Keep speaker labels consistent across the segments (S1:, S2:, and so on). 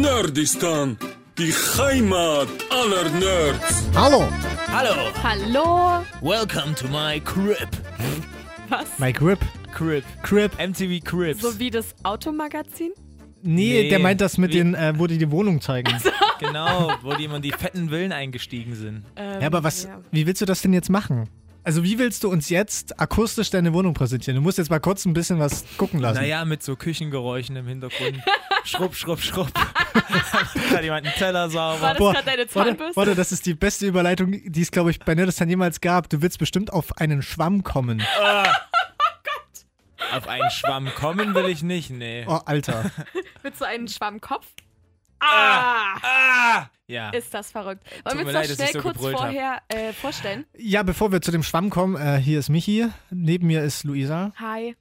S1: Nerdistan, die Heimat aller Nerds.
S2: Hallo,
S3: Hallo,
S4: Hallo?
S3: welcome to my crib.
S4: Was?
S2: Mike Rip.
S3: Crib.
S2: Crip.
S3: MTV Cribs.
S4: So wie das Automagazin?
S2: Nee,
S3: Nee.
S2: der meint das mit
S3: Wie-
S2: den, äh, wo die die Wohnung zeigen.
S3: genau, wo die immer in die fetten Villen eingestiegen sind.
S4: Ähm,
S2: Ja, aber was,
S4: ja.
S2: wie willst du das denn jetzt machen? Also wie willst du uns jetzt akustisch deine Wohnung präsentieren? Du musst jetzt mal kurz ein bisschen was gucken lassen.
S3: Naja, mit so Küchengeräuschen im Hintergrund. schrupp, schrupp, schrupp. Hat jemand einen Teller
S4: War
S3: sauber?
S4: das
S2: Boah,
S4: gerade deine
S2: Warte,
S4: Zahnbürste?
S2: warte, das ist die beste Überleitung, die es, glaube ich, bei Nerdistan jemals gab. Du willst bestimmt auf einen Schwamm kommen.
S3: Auf einen Schwamm kommen will ich nicht, nee.
S2: Oh, Alter.
S4: Mit so einem Schwammkopf?
S3: Ah! Ah! Ja.
S4: Ist das verrückt. Wollen wir
S3: mir
S4: uns
S3: leid, dass
S4: das
S3: ich
S4: schnell
S3: so
S4: kurz
S3: gebrüllt hab.
S4: vorher äh, vorstellen?
S2: Ja, bevor wir zu dem Schwamm kommen, äh, hier ist Michi, neben mir ist Luisa
S4: Hi.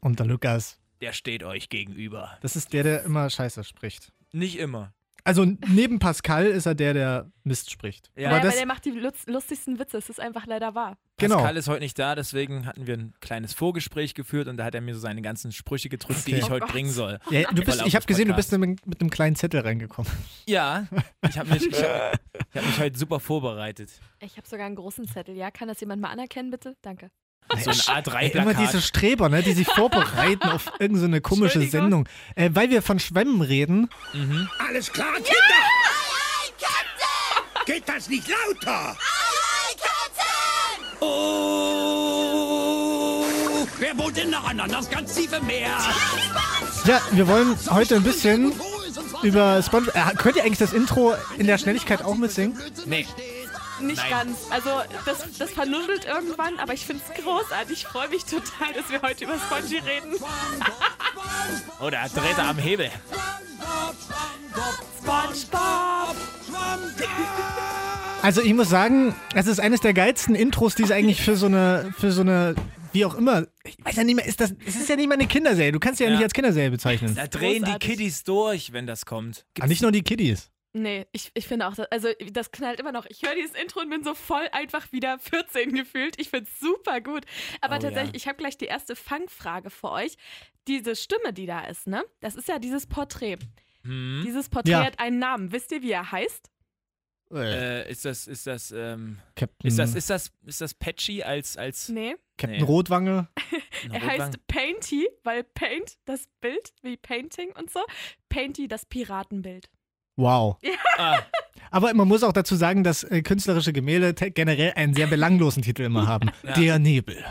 S2: und der Lukas.
S3: Der steht euch gegenüber.
S2: Das ist der, der immer Scheiße spricht.
S3: Nicht immer.
S2: Also neben Pascal ist er der, der Mist spricht.
S3: Ja.
S2: Aber
S4: naja,
S2: das,
S4: weil der macht die lutz- lustigsten Witze. Es ist einfach leider wahr.
S2: Genau.
S3: Pascal ist heute nicht da, deswegen hatten wir ein kleines Vorgespräch geführt und da hat er mir so seine ganzen Sprüche gedrückt, die
S2: Okay.
S3: ich
S4: Oh
S3: heute
S4: Gott.
S3: bringen soll.
S2: ja, du bist, ich habe gesehen, du bist mit, mit einem kleinen Zettel reingekommen.
S3: Ja, ich habe mich, ich hab, ich hab mich heute super vorbereitet.
S4: Ich habe sogar einen großen Zettel. Ja, kann das jemand mal anerkennen, bitte? Danke.
S3: So ein
S2: Ey, immer diese
S3: A3-Plakat.
S2: Streber, ne, die sich vorbereiten auf irgendeine komische Sendung.
S4: Entschuldigung.
S2: Äh, weil wir von Schwämmen reden,
S5: Alles klar, Kinder? Geht das nicht lauter? Oh, wer wohnt denn noch an an das ganz tiefe Meer?
S2: ja, wir wollen heute ein bisschen
S5: Wo ist uns was?
S2: über SpongeBob. Äh, könnt ihr eigentlich das Intro in der Schnelligkeit auch mitsingen?
S3: Nee,
S4: Nicht
S3: Nein.
S4: ganz. Also, das, das vernuddelt irgendwann, aber ich finde es großartig. Ich freue mich total, dass wir heute über Spongy reden.
S3: oh, da dreht er am Hebel.
S4: SpongeBob!
S2: Also ich muss sagen, es ist eines der geilsten Intros, die es eigentlich für so eine, für so eine, wie auch immer. Ich weiß ja nicht mehr, ist das, es ist ja nicht mal eine Kinderserie. Du kannst sie ja,
S3: Ja.
S2: nicht als Kinderserie bezeichnen.
S3: Da drehen die
S4: Großartig.
S3: Kiddies durch, wenn das kommt.
S2: Ah, nicht nur die Kiddies.
S4: Nee, ich, ich finde auch, das, also das knallt immer noch. Ich höre dieses Intro und bin so voll einfach wieder 14 gefühlt. Ich finde es super gut. Aber
S3: Oh,
S4: tatsächlich,
S3: ja.
S4: ich habe gleich die erste Fangfrage für euch. Diese Stimme, die da ist, ne? Das ist ja dieses Porträt.
S3: Hm?
S4: Dieses Porträt
S2: Ja.
S4: hat einen Namen. Wisst ihr, wie er heißt?
S3: Äh, ist das, ist das, ähm,
S2: Captain,
S3: ist das, ist das, ist das Patchy als, als
S4: Nee.
S2: Captain
S3: nee.
S2: Rotwange.
S3: Na,
S4: Er
S3: Rotwang?
S4: heißt Painty, weil Paint, das Bild, wie Painting und so. Painty, das Piratenbild.
S2: Wow.
S3: Ah,
S2: Aber man muss auch dazu sagen, dass äh, künstlerische Gemälde te- generell einen sehr belanglosen Titel immer haben. Der Nebel,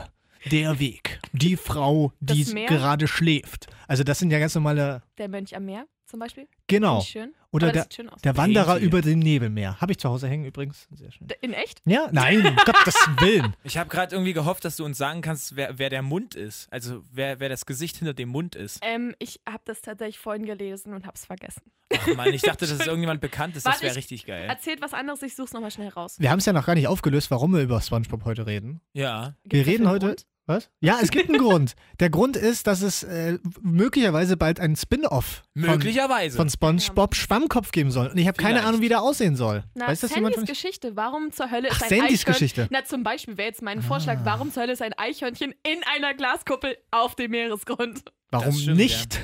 S2: der Weg, die Frau,
S4: Das
S2: die
S4: Meer?
S2: gerade schläft. Also das sind ja ganz normale,
S4: Der Mönch am Meer zum Beispiel.
S3: Oh.
S4: Finde
S2: genau.
S4: ich Schön.
S2: Oder
S4: Aber das
S2: der,
S4: sieht schön aus.
S2: der Wanderer
S3: Painting.
S2: über dem Nebelmeer. Habe ich zu Hause hängen übrigens. Sehr schön.
S4: In echt?
S2: Ja, nein, um Gottes Willen.
S3: ich habe gerade irgendwie gehofft, dass du uns sagen kannst, wer, wer der Mund ist. Also, wer, wer das Gesicht hinter dem Mund ist.
S4: Ähm, ich habe das tatsächlich vorhin gelesen und habe es vergessen.
S3: Ach Mann, ich dachte, dass es irgendjemand bekannt ist. Das
S4: Warte,
S3: wäre
S4: ich-
S3: richtig geil.
S4: Erzählt was anderes, ich such's nochmal schnell raus.
S2: Wir haben es ja noch gar nicht aufgelöst, warum wir über SpongeBob heute reden.
S3: Ja.
S2: Wir
S4: Gibt's
S2: reden
S4: dafür einen
S2: heute.
S4: Grund?
S2: Was? Ja, es gibt einen Grund. Der Grund ist, dass es äh, möglicherweise bald ein Spin-off von,
S3: Möglicherweise.
S2: von SpongeBob Schwammkopf geben soll. Und ich habe keine
S3: Vielleicht.
S2: Ahnung, wie der aussehen soll.
S4: Na,
S2: weiß das jemand von
S4: Sandys
S2: euch?
S4: Geschichte. Warum zur Hölle
S2: Ach,
S4: ist ein
S2: Sandys
S4: Eichhörnchen?
S2: Geschichte. Ah.
S4: Na, zum Beispiel wäre jetzt mein Vorschlag, warum zur Hölle ist ein Eichhörnchen in einer Glaskuppel auf dem Meeresgrund?
S2: Warum
S3: Das stimmt,
S2: nicht?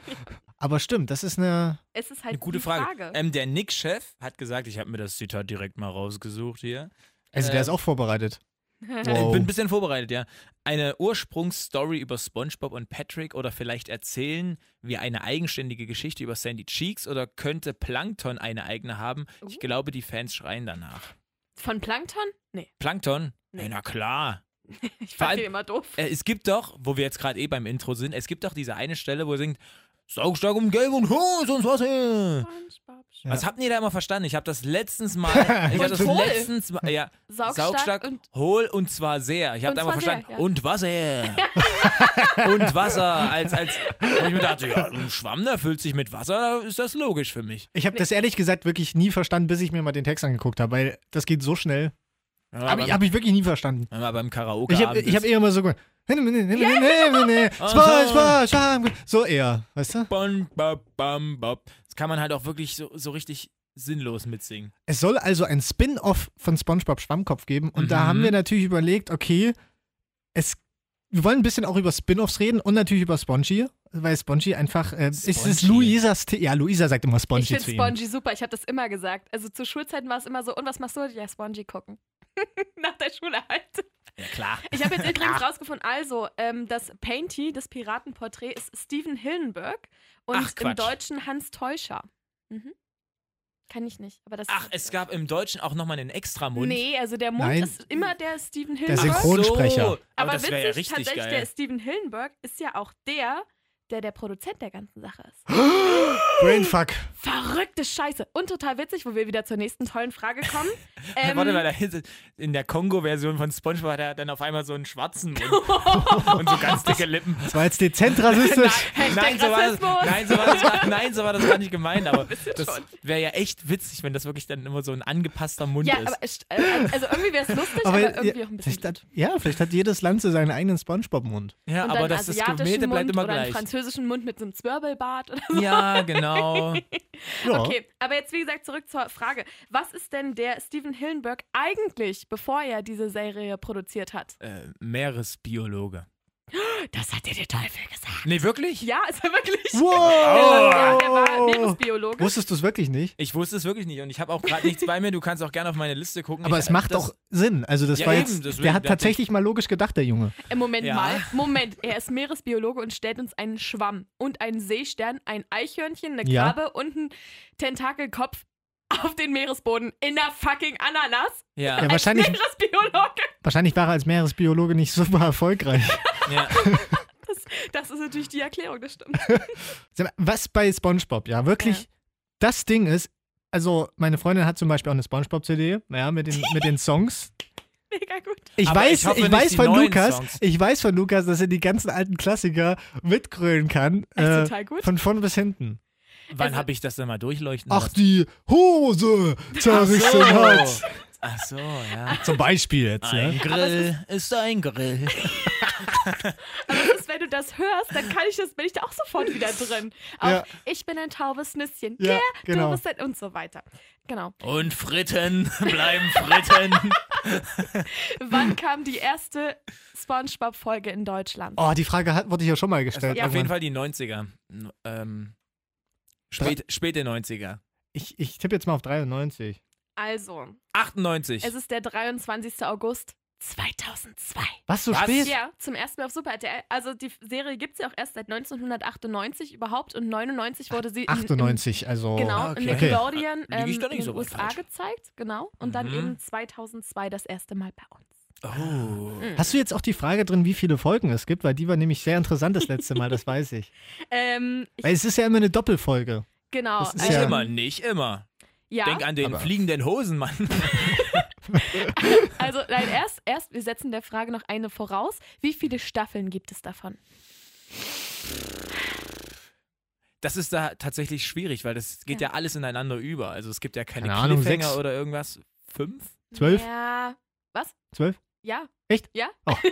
S2: Aber stimmt, das ist eine.
S4: Es ist halt
S3: Eine gute
S4: die
S3: Frage.
S4: Frage.
S3: Ähm, der Nick-Chef hat gesagt, ich habe mir das Zitat direkt mal rausgesucht hier.
S2: Also, der
S3: Ähm.
S2: ist auch vorbereitet.
S3: Ich
S2: Wow.
S3: bin ein bisschen vorbereitet, ja. Eine Ursprungsstory über SpongeBob und Patrick oder vielleicht erzählen wir eine eigenständige Geschichte über Sandy Cheeks oder könnte Plankton eine eigene haben? Ich glaube, die Fans schreien danach.
S4: Von Plankton? Nee,
S3: Plankton?
S4: Nee.
S3: Na klar.
S4: ich
S3: Vor
S4: fand
S3: allem-
S4: den immer doof.
S3: Äh, es gibt doch, wo wir jetzt gerade eh beim Intro sind, es gibt doch diese eine Stelle, wo er singt, Saugstark um Gelb und Hose sonst was. Äh.
S4: SpongeBob.
S2: Ja.
S3: Was habt ihr da immer verstanden? Ich habe das letztens mal. ich hab das
S4: hohl.
S3: letztens mal. Ja,
S4: Saugstark
S3: Saugstark
S4: und-
S3: hohl und zwar sehr. Ich habe
S4: Und
S3: da mal
S4: zwar
S3: verstanden.
S4: sehr, ja.
S3: Und Wasser. und Wasser. Als, als hab ich mir dachte, ja, ein Schwamm, der füllt sich mit Wasser, da ist das logisch für mich.
S2: Ich habe das ehrlich gesagt wirklich nie verstanden, bis ich mir mal den Text angeguckt habe, weil das geht so schnell.
S3: Aber
S2: Aber ich habe ich wirklich nie verstanden.
S3: wenn man beim Karaoke
S2: Ich habe
S3: Abend
S2: ich hab
S3: ist,
S2: eher immer so gemacht.
S4: genau.
S3: Ah,
S2: Spaß, Spaß, So eher, weißt du?
S3: bam, bam, bam, bam. Das kann man halt auch wirklich so, so richtig sinnlos mitsingen.
S2: Es soll also ein Spin-off von SpongeBob Schwammkopf geben und da
S3: Mhm.
S2: haben wir natürlich überlegt, okay, es wir wollen ein bisschen auch über Spin-offs reden und natürlich über Spongy, weil Spongy einfach. Äh, es Ist es
S3: Spongy.
S2: Luisas. The ja, Luisa sagt immer
S4: Ich
S2: Spongy
S4: finde
S2: zu ihm.
S4: Spongy super, ich habe das immer gesagt. Also zu Schulzeiten war es immer so, und was machst du? Ja, Spongy gucken. Nach der Schule halt.
S3: Ja, klar.
S4: Ich habe jetzt übrigens rausgefunden, also ähm, das Painty, das Piratenporträt, ist Steven Hillenburg und
S3: Ach,
S4: im
S3: Quatsch.
S4: Deutschen Hans Teuscher. Mhm. Kann ich nicht, aber das
S3: Ach, es gab im Deutschen auch nochmal einen Extramund.
S4: Nee, also der Mund
S2: Nein.
S4: ist immer der Steven
S2: Der
S3: Ach
S4: Hillenburg.
S2: Synchron- Synchronsprecher.
S3: So. Aber,
S4: aber
S3: das wäre
S4: witzig,
S3: ja richtig
S4: tatsächlich,
S3: geil.
S4: der Steven Hillenburg ist ja auch der, der der Produzent der ganzen Sache ist.
S2: Brainfuck.
S4: Verrückte Scheiße. Und total witzig, wo wir wieder zur nächsten tollen Frage kommen.
S3: Ja,
S4: Ähm,
S3: Warte mal, da hinten- in der Kongo-Version von Spongebob hat er dann auf einmal so einen schwarzen Mund und so ganz dicke Lippen.
S2: Das war jetzt dezent rassistisch.
S4: Hashtag
S3: Nein so, war das,
S4: Rassismus.
S3: nein, so war das, gar- nein, so war das gar nicht gemeint, aber das wäre ja echt witzig, wenn das wirklich dann immer so ein angepasster Mund
S4: Ja,
S3: ist.
S4: aber es- äh, also irgendwie wäre es lustig, aber, irgendwie
S2: ja,
S4: auch ein bisschen.
S2: vielleicht hat, ja, vielleicht hat jedes Land so seinen eigenen Spongebob-Mund.
S3: ja,
S4: Und
S3: aber
S4: dann
S3: das, das
S4: asiatischen
S3: Gemälde
S4: Mund
S3: bleibt immer
S4: oder einen
S3: gleich.
S4: französischen Mund mit so einem Zwirbelbart oder so.
S3: Ja, genau.
S2: Ja.
S4: Okay, aber jetzt wie gesagt zurück zur Frage. Was ist denn der Steven Hillenburg eigentlich, bevor er diese Serie produziert hat?
S3: äh, Meeresbiologe.
S4: Das hat dir der Teufel gesagt.
S3: Nee, wirklich?
S4: Ja, ist er wirklich?
S2: Oh.
S4: Ja, der war
S2: Wow!
S4: Meeresbiologe.
S2: Wusstest du es wirklich nicht?
S3: Ich wusste es wirklich nicht und ich habe auch gerade nichts bei mir. Du kannst auch gerne auf meine Liste gucken.
S2: Aber
S3: ich,
S2: es macht
S3: das,
S2: auch Sinn. Also das
S3: Ja,
S2: war
S3: eben,
S2: jetzt,
S3: deswegen
S2: der
S3: dachte
S2: hat
S3: ich-
S2: tatsächlich mal logisch gedacht, der Junge.
S4: Äh, Moment
S3: Ja.
S4: mal, Moment. Er ist Meeresbiologe und stellt uns einen Schwamm und einen Seestern, ein Eichhörnchen, eine
S2: Ja.
S4: Krabbe und einen Tentakelkopf auf den Meeresboden in der fucking Ananas.
S3: Ja,
S2: Ja,
S3: ja.
S2: wahrscheinlich,
S4: Meeresbiologe.
S2: wahrscheinlich war er als Meeresbiologe nicht super erfolgreich.
S4: Das ist natürlich die Erklärung, das stimmt.
S2: Sag mal, Was bei SpongeBob, ja, wirklich,
S4: Ja.
S2: das Ding ist, also meine Freundin hat zum Beispiel auch eine SpongeBob-CD, ja, mit den, mit den Songs.
S4: Mega gut.
S2: Ich
S3: Aber
S2: weiß,
S3: ich
S2: ich,
S3: hoffe nicht
S2: weiß
S3: die
S2: von
S3: neuen
S2: Lukas,
S3: Songs.
S2: ich weiß von Lukas, dass er die ganzen alten Klassiker mitgrölen kann.
S4: Echt
S2: äh,
S4: total gut.
S2: Von vorn bis hinten.
S3: Wann
S4: Also-
S3: habe ich das denn mal durchleuchten
S2: Ach,
S3: lassen?
S2: die Hose zerrissen hat.
S3: Ach so, ja.
S2: Zum Beispiel jetzt, ne?
S3: Ein Grill ist ein Grill.
S4: Das ist, wenn du das hörst, dann kann ich das, bin ich da auch sofort wieder drin. Auch
S2: Ja.
S4: ich bin ein taubes Nüsschen.
S2: Ja,
S4: Ja, du
S2: genau.
S4: bist ein und so weiter. Genau.
S3: Und Fritten bleiben Fritten.
S4: Wann kam die erste SpongeBob-Folge in Deutschland?
S2: Oh, die Frage hat, wurde ich ja schon mal gestellt.
S4: Ja.
S3: Auf jeden
S2: irgendwann.
S3: Fall die 90er. N- Ähm, spät, späte 90er.
S2: Ich, ich tippe jetzt mal auf 93.
S4: Also,
S3: 98.
S4: es ist der 23. August 2002.
S2: Was, so
S3: Was?
S2: spät?
S4: Ja, zum ersten Mal auf Super RTL. Also die Serie gibt es ja auch erst seit 1998 überhaupt und 99 wurde sie in- in
S2: 98, also.
S4: Genau, in
S2: Okay.
S4: Nickelodeon
S3: Lieg ich
S4: ähm,
S3: doch nicht
S4: in den
S3: so weit
S4: USA
S3: falsch.
S4: gezeigt, genau. Und dann
S3: Mhm.
S4: eben 2002 das erste Mal bei uns.
S3: Oh.
S4: hm.
S2: Hast du jetzt auch die Frage drin, wie viele Folgen es gibt? Weil die war nämlich sehr interessant das letzte Mal, das weiß ich.
S4: Ähm, ich,
S2: Weil es ist ja immer eine Doppelfolge.
S4: genau.
S2: das ist
S3: Nicht
S2: Ja.
S3: immer, nicht immer.
S4: ja,
S3: Denk an den
S2: Aber-
S3: fliegenden Hosenmann.
S4: also nein, erst, erst, wir setzen der Frage noch eine voraus. Wie viele Staffeln gibt es davon?
S3: Das ist da tatsächlich schwierig, weil das geht ja alles ineinander über. Also es gibt ja keine,
S2: Keine Ahnung,
S3: Cliffhanger
S2: sechs.
S3: oder irgendwas. Fünf?
S2: Zwölf?
S4: Ja,
S2: Zwölf?
S4: ja.
S2: Echt?
S4: Ja.
S2: Oh.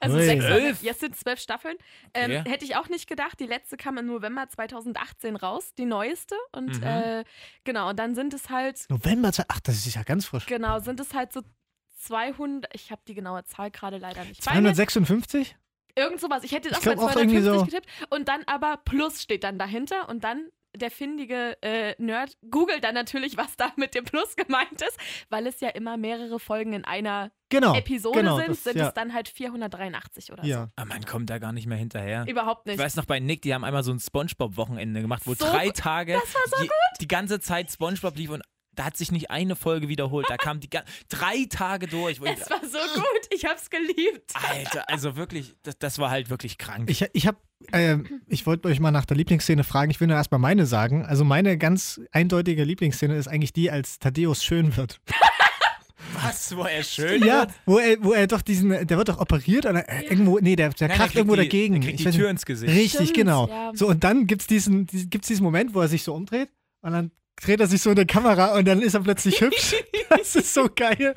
S4: Also
S2: Ui.
S4: sechs,
S3: Zwölf?
S4: jetzt sind zwölf Staffeln. Ähm,
S3: Okay.
S4: Hätte ich auch nicht gedacht. Die letzte kam im November 2018 raus, die neueste. Und
S3: Mhm.
S4: äh, genau, und dann sind es halt
S2: November, zwei- ach, das ist ja ganz frisch.
S4: Genau, sind es halt so 200, ich habe die genaue Zahl gerade leider nicht. bei mir.
S2: 256?
S4: Irgend sowas. Ich hätte jetzt
S2: Ich
S4: auch bei
S2: glaub auch irgendwie
S4: 250
S2: so.
S4: getippt. Und dann aber Plus steht dann dahinter und dann der findige äh, Nerd googelt dann natürlich, was da mit dem Plus gemeint ist, weil es ja immer mehrere Folgen in einer
S2: Genau.
S4: Episode
S2: genau,
S4: sind,
S2: das-
S4: sind
S2: ja.
S4: es dann halt 483 oder
S2: Ja.
S3: Ah, man kommt da gar nicht mehr hinterher.
S4: so. Überhaupt
S3: Ich
S4: nicht.
S3: weiß noch bei Nick, die haben einmal so ein Spongebob-Wochenende gemacht, wo
S4: So
S3: drei
S4: gut.
S3: Tage je- die ganze Zeit Spongebob lief und da hat sich nicht eine Folge wiederholt. Da kam die ga- drei Tage durch. Wo ich,
S4: Es war so gut, ich hab's geliebt.
S3: Alter, also wirklich, das, das war halt wirklich krank.
S2: Ich, ich habe, äh, ich wollte euch mal nach der Lieblingsszene fragen. Ich will nur erstmal meine sagen. Also meine ganz eindeutige Lieblingsszene ist eigentlich die, als Thaddeus schön wird.
S3: was war er schön?
S2: Ja, wo er, wo er doch diesen, der wird doch operiert oder äh, irgendwo, nee, der, der
S3: Nein, der
S2: kracht
S3: kriegt
S2: irgendwo
S3: die-
S2: dagegen.
S3: der kriegt
S2: Ich
S3: die
S2: weiß
S3: Tür
S2: nicht.
S3: ins Gesicht.
S2: Richtig,
S4: Stimmt,
S2: genau.
S4: ja.
S2: So, und dann gibt's diesen, diesen, gibt's diesen Moment, wo er sich so umdreht und dann dreht er sich so in der Kamera und dann ist er plötzlich hübsch. Das ist so geil.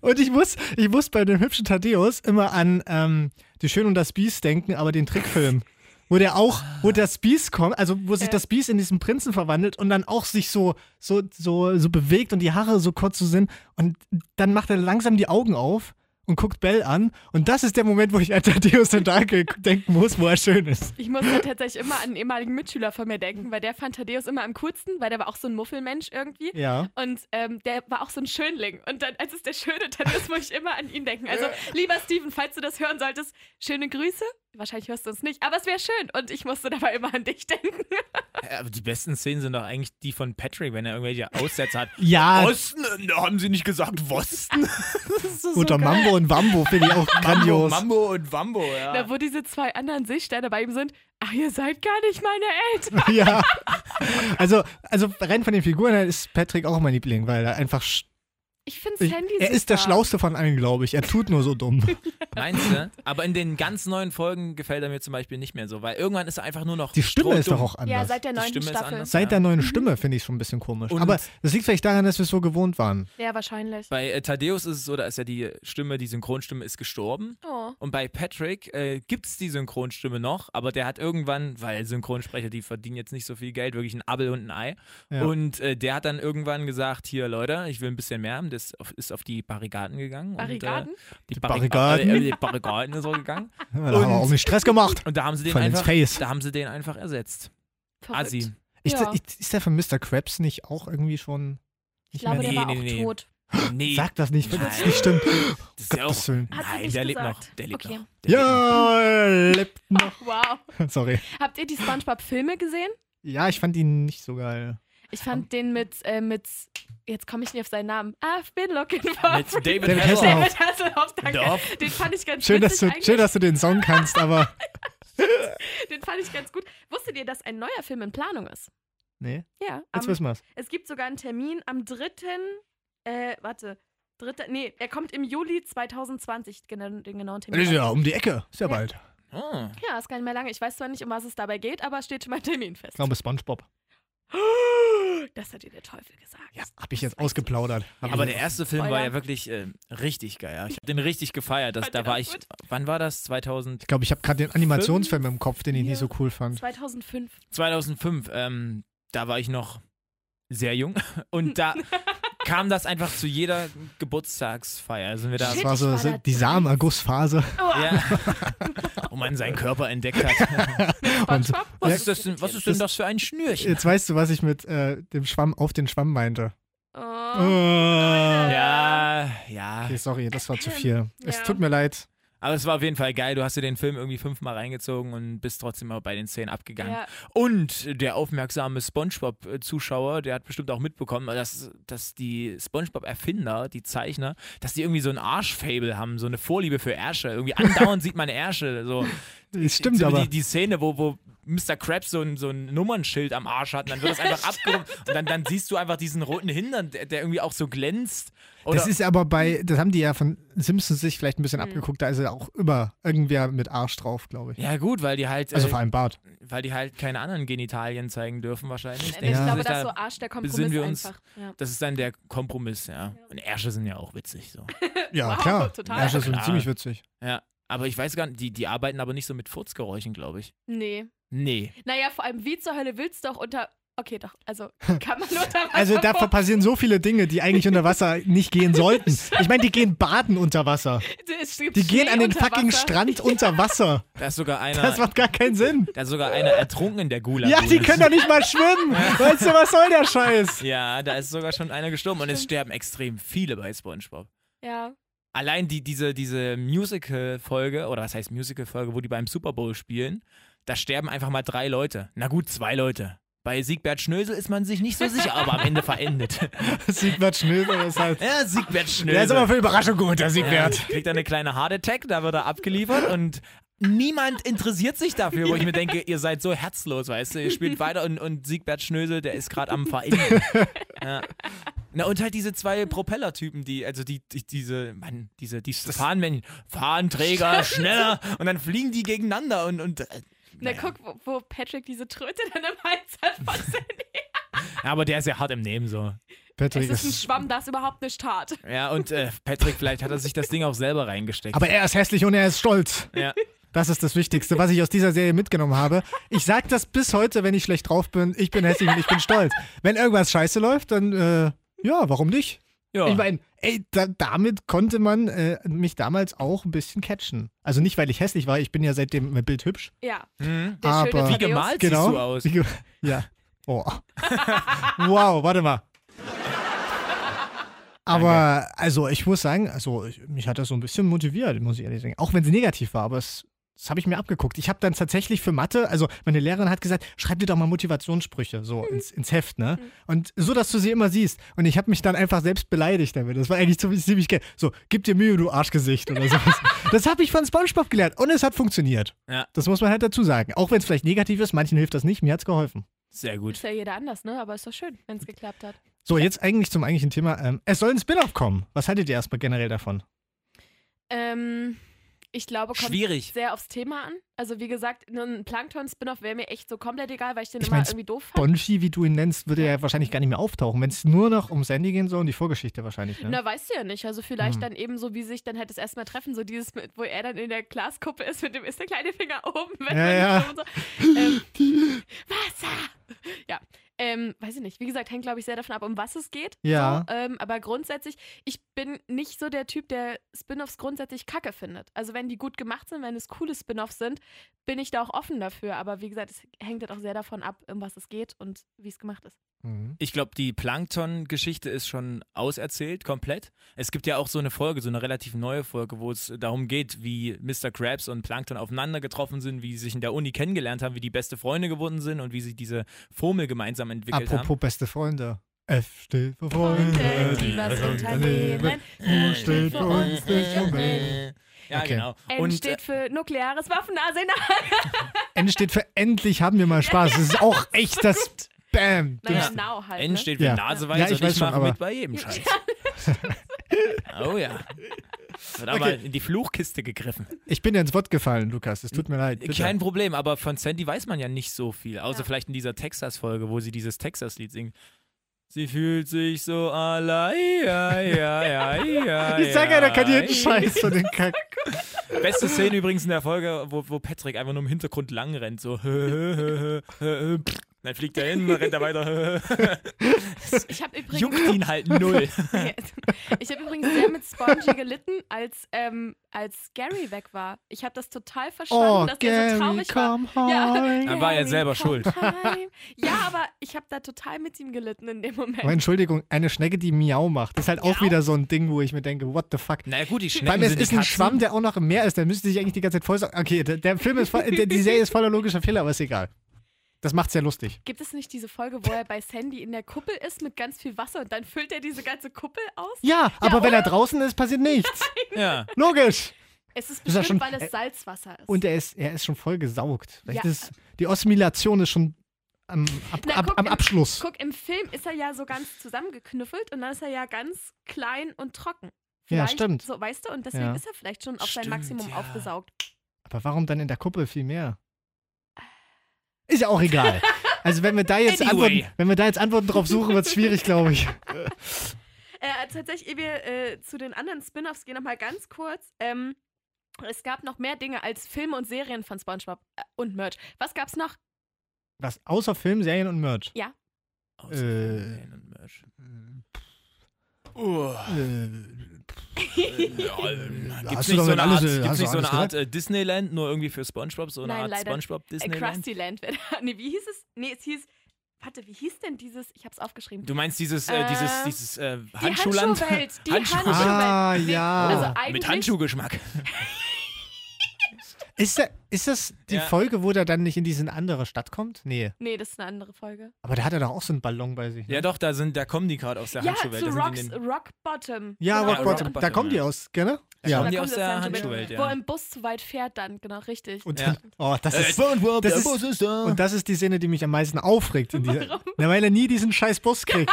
S2: Und ich muss, ich muss bei dem hübschen Thaddeus immer an ähm, Die Schön und das Biest denken, aber den Trickfilm. Wo der auch, wo das Biest kommt, also wo sich
S4: Ja.
S2: das Biest in diesen Prinzen verwandelt und dann auch sich so, so, so, so bewegt und die Haare so kurz so sind. Und dann macht er langsam die Augen auf und guckt Bell an. Und das ist der Moment, wo ich an Thaddeus und Danke denken muss, wo er schön ist.
S4: Ich muss da tatsächlich immer an einen ehemaligen Mitschüler von mir denken, weil der fand Thaddeus immer am coolsten, weil der war auch so ein Muffelmensch irgendwie.
S2: Ja.
S4: Und ähm, der war auch so ein Schönling. Und dann, als es der Schöne dann ist, muss ich immer an ihn denken. Also, lieber Steven, falls du das hören solltest, schöne Grüße. Wahrscheinlich hörst du uns nicht, aber es wäre schön. Und ich musste dabei immer an dich denken.
S3: Äh, Aber die besten Szenen sind doch eigentlich die von Patrick, wenn er irgendwelche Aussätze hat.
S2: Ja.
S3: Osten, äh, haben sie nicht gesagt Wosten?
S2: Unter Mambo und Wambo finde ich auch grandios.
S3: Mambo und Wambo, ja.
S4: Da, wo diese zwei anderen Seesterne bei ihm sind. Ach, ihr seid gar nicht meine Eltern.
S2: Ja. Also, also rein von den Figuren her ist Patrick auch mein Liebling, weil er einfach. sch-
S4: Ich finde
S2: Ich,
S4: Sandy
S2: er ist der
S4: super.
S2: Schlauste von allen, glaube ich. Er tut nur so dumm.
S3: Meinst du? Aber in den ganz neuen Folgen gefällt er mir zum Beispiel nicht mehr so, weil irgendwann ist er einfach nur noch.
S2: Die Stimme ist doch
S3: strohdumm.
S2: auch anders.
S4: Ja, seit der
S3: Die
S4: neunten
S3: Stimme ist
S4: Staffel.
S3: anders.
S2: Seit der neuen Stimme finde ich es schon ein bisschen komisch.
S3: Mhm. Und-
S2: Aber das liegt vielleicht daran, dass wir es so gewohnt waren.
S4: Ja, wahrscheinlich.
S3: Bei äh, Thaddeus ist es so, da ist ja die Stimme, die Synchronstimme ist gestorben.
S4: Oh.
S3: Und bei Patrick äh, gibt es die Synchronstimme noch, aber der hat irgendwann, weil Synchronsprecher, die verdienen jetzt nicht so viel Geld, wirklich ein Abel und ein Ei.
S2: Ja.
S3: Und äh, der hat dann irgendwann gesagt, hier Leute, ich will ein bisschen mehr haben. Das auf, ist auf die Barrikaden gegangen.
S4: Barrikaden?
S3: Und, äh, die,
S2: Die
S3: Barrika-
S2: Barrikaden.
S3: Äh, äh, die Barrikaden ist er gegangen.
S2: Ja, Da haben wir auch nicht Stress gemacht.
S3: Und da haben sie den
S2: Voll ins
S3: einfach,
S2: Face.
S3: da haben sie den einfach ersetzt.
S4: Verrückt.
S3: Assi.
S2: Ich,
S4: Ja.
S2: ich, ist der von Mr. Krabs nicht auch irgendwie schon.
S4: Ich glaube, der
S3: Nee,
S4: war
S3: nee,
S4: auch
S3: nee.
S4: tot.
S3: Nee,
S2: Sag das nicht, wenn das
S3: Nein.
S2: nicht stimmt.
S3: das ist ja
S2: Gottes
S3: auch.
S2: Willen.
S4: Hat sie
S3: Nein,
S4: nicht
S3: der lebt
S4: gesagt.
S3: noch. Der lebt
S4: Okay.
S3: noch. Der lebt
S2: Ja, er lebt noch.
S4: Wow.
S2: Sorry.
S4: Habt ihr die SpongeBob-Filme gesehen?
S2: Ja, ich fand ihn nicht so geil.
S4: Ich fand den mit, äh, mit, jetzt komme ich nicht auf seinen Namen. Ah, I've been looking for
S3: noch. Mit David,
S2: David
S3: Hasselhoff.
S2: Hasselhoff.
S4: David Hasselhoff, danke.
S3: Dorf.
S4: Den fand ich ganz
S2: Schön, dass
S4: witzig
S2: du,
S4: eigentlich.
S2: schön, dass du den Song kannst, aber.
S4: Den fand ich ganz gut. Wusstet ihr, dass ein neuer Film in Planung ist?
S2: Nee,
S4: Ja.
S2: jetzt
S4: Am,
S2: wissen wir's.
S4: es gibt sogar einen Termin am 3. Äh, warte. 3. Nee, er kommt im Juli 2020, genau, den genauen Termin.
S2: Das ist ja um die Ecke. Ist ja,
S4: Ja.
S2: bald.
S3: Oh.
S4: Ja, ist gar nicht mehr lange. Ich weiß zwar nicht, um was es dabei geht, aber steht schon mal Termin fest.
S2: Ich glaube, Spongebob.
S4: Das hat dir der Teufel gesagt.
S2: Ja, hab ich jetzt ausgeplaudert. Hab
S3: Aber
S2: ich-
S3: der erste Film
S4: Spoiler.
S3: war ja wirklich äh, richtig geil. Ich habe den richtig gefeiert. Das,
S4: Fand
S3: da
S4: ihr
S3: war
S4: das
S3: ich.
S4: gut?
S3: Wann war das? 2000,
S2: ich glaube, ich habe gerade den Animationsfilm im Kopf, den ich nicht so cool fand.
S4: 2005.
S3: 2005. Ähm, da war ich noch sehr jung. Und da kam das einfach zu jeder Geburtstagsfeier. Sind wir da.
S2: Das
S4: Shit,
S2: war so,
S4: ich war
S2: so
S4: da
S2: die
S4: drin.
S2: Samenergussphase.
S4: Oh,
S3: Ja. Wo man seinen Körper entdeckt hat.
S2: Und
S4: SpongeBob?
S3: Was ist, das denn, was ist denn das für ein Schnürchen?
S2: jetzt weißt du, was ich mit äh, dem Schwamm auf den Schwamm meinte.
S4: Oh.
S2: Oh.
S3: Ja, ja.
S2: Okay, sorry, das war zu viel. Es
S4: Ja.
S2: tut mir leid.
S3: Aber es war auf jeden Fall geil. Du hast dir den Film irgendwie fünfmal reingezogen und bist trotzdem mal bei den Szenen abgegangen.
S4: Ja.
S3: Und der aufmerksame Spongebob-Zuschauer, der hat bestimmt auch mitbekommen, dass, dass die Spongebob-Erfinder, die Zeichner, dass die irgendwie so ein Arschfable haben, so eine Vorliebe für Ärsche. Irgendwie andauernd sieht man Ärsche. So.
S2: Das stimmt
S3: so
S2: aber.
S3: Die, die Szene, wo, wo Mr. Krabs so ein, so ein Nummernschild am Arsch hat und dann wird das einfach abgehoben und dann, dann siehst du einfach diesen roten Hintern, der, der irgendwie auch so glänzt. Oder
S2: Das ist aber bei, das haben die ja von Simpsons sich vielleicht ein bisschen
S4: Mhm.
S2: abgeguckt, da ist ja auch immer irgendwer mit Arsch drauf, glaube ich.
S3: ja gut, weil die halt
S2: Also
S3: äh,
S2: vor allem Bart.
S3: weil die halt keine anderen Genitalien zeigen dürfen wahrscheinlich.
S4: Ich
S3: Denken sie
S4: glaube,
S3: sich
S4: das ist
S3: da-
S4: so Arsch, der Kompromiss
S3: besinnen wir uns-
S4: einfach. Ja.
S3: Das ist dann der Kompromiss, ja. Und Ärsche sind ja auch witzig so.
S2: Ja,
S4: Wow,
S2: klar.
S4: total.
S2: Arsch ist so
S3: Klar.
S2: ziemlich witzig.
S3: Ja, aber ich weiß gar nicht, die, die arbeiten aber nicht so mit Furzgeräuschen, glaube ich.
S4: Nee.
S3: Nee.
S4: Naja, vor allem, wie zur Hölle willst du doch unter. Okay, doch. Also, kann man unter Wasser.
S2: Also da
S4: vor-
S2: passieren so viele Dinge, die eigentlich unter Wasser nicht gehen sollten. Ich meine, die gehen baden unter Wasser.
S4: Es gibt
S2: Die gehen
S4: Schnee
S2: an den
S4: unter
S2: fucking
S4: Wasser.
S2: Strand unter Wasser.
S3: Da ist sogar einer,
S2: Das macht gar keinen Sinn.
S3: da ist sogar einer ertrunken in der Gula.
S2: Ja, die können doch nicht mal schwimmen. Weißt du, was soll der Scheiß?
S3: Ja, da ist sogar schon einer gestorben und es sterben extrem viele bei SpongeBob.
S4: Ja.
S3: Allein die, diese, diese Musical-Folge, oder was heißt Musical-Folge, wo die beim Super Bowl spielen, da sterben einfach mal drei Leute. Na gut, zwei Leute. Bei Siegbert Schnösel ist man sich nicht so sicher, aber am Ende verendet.
S2: Siegbert Schnösel ist halt.
S3: Ja, Siegbert Schnösel.
S2: Der ist aber für Überraschung gut, der
S3: Ja,
S2: Siegbert.
S3: kriegt dann eine kleine Heart Attack, da wird er abgeliefert und niemand interessiert sich dafür, wo ich mir denke, ihr seid so herzlos, weißt du, ihr spielt weiter und, und Siegbert Schnösel, der ist gerade am Verenden. Ja. Na und halt diese zwei Propellertypen, die, also die, die diese, Mann, diese, die Fahnenmännchen, Fahnenträger, schneller und dann fliegen die gegeneinander und, und äh,
S4: Na,
S3: naja.
S4: guck, wo, wo Patrick diese Tröte dann im Hals hat von Sandy.
S3: Ja, aber der ist ja hart im Nehmen so.
S2: Patrick
S4: Es ist ein
S2: ist.
S4: Schwamm, das überhaupt nicht tat.
S3: Ja, und äh, Patrick, vielleicht hat er sich das Ding auch selber reingesteckt.
S2: Aber er ist hässlich und er ist stolz.
S3: ja.
S2: Das ist das Wichtigste, was ich aus dieser Serie mitgenommen habe. Ich sag das bis heute, wenn ich schlecht drauf bin. Ich bin hässlich und ich bin stolz. Wenn irgendwas scheiße läuft, dann, äh, ja, warum nicht?
S3: Ja.
S2: Ich meine, ey, da, damit konnte man äh, mich damals auch ein bisschen catchen. Also nicht, weil ich hässlich war, ich bin ja seitdem mit Bild hübsch.
S4: Ja,
S3: Hm.
S4: der schöne
S2: Aber-
S3: Wie
S4: Thaddeus.
S3: gemalt siehst du aus?
S2: Wie ge- Genau. Ja. Oh. wow, warte mal. Aber also ich muss sagen, also ich, mich hat das so ein bisschen motiviert, muss ich ehrlich sagen. Auch wenn sie negativ war, aber es, das habe ich mir abgeguckt. Ich habe dann tatsächlich für Mathe, also meine Lehrerin hat gesagt, schreib dir doch mal Motivationssprüche so ins, ins Heft, ne? Und so, dass du sie immer siehst. Und ich habe mich dann einfach selbst beleidigt damit. Das war eigentlich ziemlich, ziemlich geil. So, gib dir Mühe, du Arschgesicht oder sowas. das habe ich von Spongebob gelernt und es hat funktioniert.
S3: Ja,
S2: Das muss man halt dazu sagen. Auch wenn es vielleicht negativ ist, manchen hilft das nicht, mir hat's geholfen.
S3: sehr
S4: Ist
S3: gut.
S4: ja jeder anders, ne? Aber ist doch schön, wenn es geklappt hat.
S2: So, jetzt eigentlich zum eigentlichen Thema. Ähm, es soll ein Spin-off kommen. Was haltet ihr erstmal generell davon?
S4: Ähm, ich glaube, kommt
S3: Schwierig.
S4: sehr aufs Thema an. Also wie gesagt, ein Plankton-Spin-Off wäre mir echt so komplett egal, weil ich den
S2: Ich
S4: immer
S2: mein,
S4: irgendwie doof fand.
S2: Bonji, wie du ihn nennst, würde ja wahrscheinlich gar nicht mehr auftauchen, wenn es nur noch um Sandy gehen soll und die Vorgeschichte wahrscheinlich. Ne?
S4: Na, weißt du ja nicht. Also vielleicht
S2: Hm.
S4: dann eben so, wie sich dann halt das erste Mal treffen, so dieses, mit, wo er dann in der Glaskuppe ist, mit dem ist der kleine Finger oben. Wenn
S2: Ja,
S4: man
S2: ja.
S4: So, und so. Ähm, Wasser! Ja, ähm, weiß ich nicht. Wie gesagt, hängt, glaube ich, sehr davon ab, um was es geht.
S2: Ja.
S4: So, ähm, aber grundsätzlich, ich bin nicht so der Typ, der Spin-Offs grundsätzlich kacke findet. Also wenn die gut gemacht sind, wenn es coole Spin-Offs sind, bin ich da auch offen dafür. Aber wie gesagt, es hängt halt auch sehr davon ab, um was es geht und wie es gemacht ist.
S2: Mhm.
S3: Ich glaube, die Plankton-Geschichte ist schon auserzählt, komplett. Es gibt ja auch so eine Folge, so eine relativ neue Folge, wo es darum geht, wie Mr. Krabs und Plankton aufeinander getroffen sind, wie sie sich in der Uni kennengelernt haben, wie die beste Freunde geworden sind und wie sie diese Formel gemeinsam entwickelt
S2: Apropos
S3: haben.
S2: beste Freunde. F steht für
S4: Freunde,
S2: Freunde.
S4: die was
S2: unternehmen.
S4: unternehmen. U steht für uns nicht unbedingt.
S3: Ja,
S2: Okay.
S3: genau.
S4: N
S3: und
S4: steht für nukleares Waffenarsenal.
S2: N steht für endlich haben wir mal Spaß. Das ist auch echt das Bam.
S4: Naja, now halt.
S3: äh, N
S4: ne?
S3: steht für
S2: Ja.
S3: Naseweiß
S2: Ja, ich
S3: und
S2: weiß
S3: ich
S2: schon,
S3: mache
S2: aber-
S3: mit bei jedem Scheiß. oh ja. Wird aber in die Fluchkiste gegriffen.
S2: Ich bin ja ins Wort gefallen, Lukas. Es tut mir leid. Bitte.
S3: Kein Problem, aber von Sandy weiß man ja nicht so viel, außer
S4: Ja.
S3: vielleicht in dieser Texas-Folge, wo sie dieses Texas-Lied singt. Sie fühlt sich so allein. Ja, ja, ja, ja,
S2: ich sag ja, der kann hier einen Scheiß von den Kack.
S3: Beste Szene übrigens in der Folge, wo, wo Patrick einfach nur im Hintergrund lang rennt, so. Dann fliegt er hin, dann rennt er weiter.
S4: Ich habe übrigens,
S3: Juckt ihn halt null.
S4: ich hab übrigens sehr mit Spongy gelitten, als, ähm, als Gary weg war. Ich habe das total verstanden,
S2: Oh,
S4: dass er
S2: Gary,
S4: so traurig war.
S2: come home.
S4: Ja.
S3: Er war ja
S4: Gary,
S3: selber
S4: come
S3: schuld.
S4: home. Ja, aber ich habe da total mit ihm gelitten in dem Moment.
S2: Aber Entschuldigung, eine Schnecke, die miau macht, ist halt auch wieder so ein Ding, wo ich mir denke, what the fuck.
S3: Na gut, die
S2: Vor
S3: Schnecken
S2: allem, es
S3: sind
S2: ist
S3: also die
S2: ein
S3: Katzen.
S2: Schwamm, der auch noch im Meer ist, der müsste sich eigentlich die ganze Zeit vollsaugen. Okay, der, der Film ist voll, der, die Serie ist voller logischer Fehler, aber ist egal. Das macht's ja lustig.
S4: Gibt es nicht diese Folge, wo er bei Sandy in der Kuppel ist mit ganz viel Wasser und dann füllt er diese ganze Kuppel aus?
S2: Ja, aber wenn er draußen ist, passiert nichts.
S3: Ja.
S2: Logisch.
S4: Es ist
S2: Das ist ja
S4: bestimmt,
S2: schon-
S4: weil
S2: äh,
S4: es Salzwasser ist.
S2: Und er ist, er ist schon voll gesaugt. Vielleicht
S4: Ja.
S2: ist die Osmillation ist schon am, ab,
S4: Na,
S2: ab,
S4: guck,
S2: am
S4: im-
S2: Abschluss.
S4: Guck, im Film ist er ja so ganz zusammengeknüffelt und dann ist er ja ganz klein und trocken.
S2: Ja,
S4: Vielleicht
S2: stimmt.
S4: So, weißt du, und deswegen
S2: Ja.
S4: ist er vielleicht schon auf sein
S3: Stimmt,
S4: Maximum
S3: ja.
S4: aufgesaugt.
S2: Aber warum dann in der Kuppel viel mehr? Ist ja auch egal. Also wenn wir da jetzt
S3: Anyway.
S2: Antworten, wenn wir da jetzt Antworten drauf suchen, wird's schwierig, glaube ich.
S4: Äh, tatsächlich, ehe wir äh, zu den anderen Spin-Offs gehen, nochmal ganz kurz. Ähm, es gab noch mehr Dinge als Filme und Serien von Spongebob äh, und Merch. Was gab's noch? Äh,
S2: Was außer Film, Serien und Merch.
S3: Außer
S2: Äh.
S3: Fernsehen und Merch.
S2: Oh.
S3: Uah.
S2: Hast
S3: Gibt's
S2: du
S3: nicht so
S2: damit
S3: eine
S2: alles,
S3: Art,
S2: äh, hast
S3: gibt's
S2: du
S3: nicht so eine
S2: alles
S3: Art äh, Disneyland, nur irgendwie für Spongebob, so eine
S4: Nein,
S3: Art
S4: leider.
S3: Spongebob
S4: Äh,
S3: Disneyland?
S4: Krusty Land. wäre da- nee, wie hieß es? Nee, es hieß. Warte, wie hieß denn dieses? Ich hab's aufgeschrieben.
S3: Du meinst dieses, äh, dieses,
S4: Äh,
S3: dieses äh,
S4: die
S3: Handschuhland?
S4: Handschuhwelt. Die
S3: Handschuh-
S4: Handschuhwelt.
S2: Ah,
S4: Nee,
S2: ja.
S4: Also
S3: Oh,
S4: eigentlich,
S3: Mit Handschuhgeschmack.
S2: Ist, da, ist das die
S3: Ja.
S2: Folge, wo der dann nicht in diese andere Stadt kommt? Nee.
S4: Nee, das ist eine andere Folge.
S2: Aber da hat er doch auch so einen Ballon bei sich. Ne?
S3: Ja doch, da, sind, da kommen die gerade aus der
S4: Ja,
S3: Handschuhwelt.
S4: zu
S3: da sind die
S4: Rocks,
S3: in den,
S4: Rock Bottom.
S2: ja,
S4: Genau.
S2: Rock Bottom.
S3: Rock
S2: Da
S3: Bottom,
S2: kommen die
S3: ja.
S2: aus, gerne?
S3: kommen
S2: Ja.
S3: die
S4: Da
S3: aus
S4: das
S3: der
S4: Handschuhwelt.
S3: Handschuhwelt, ja.
S4: Wo ein Bus zu weit fährt dann, genau, richtig.
S2: Und
S3: Ja.
S2: dann, oh, das ist, das ist, und das ist die Szene, die mich am meisten aufregt. In dieser, na, weil er nie diesen scheiß Bus kriegt.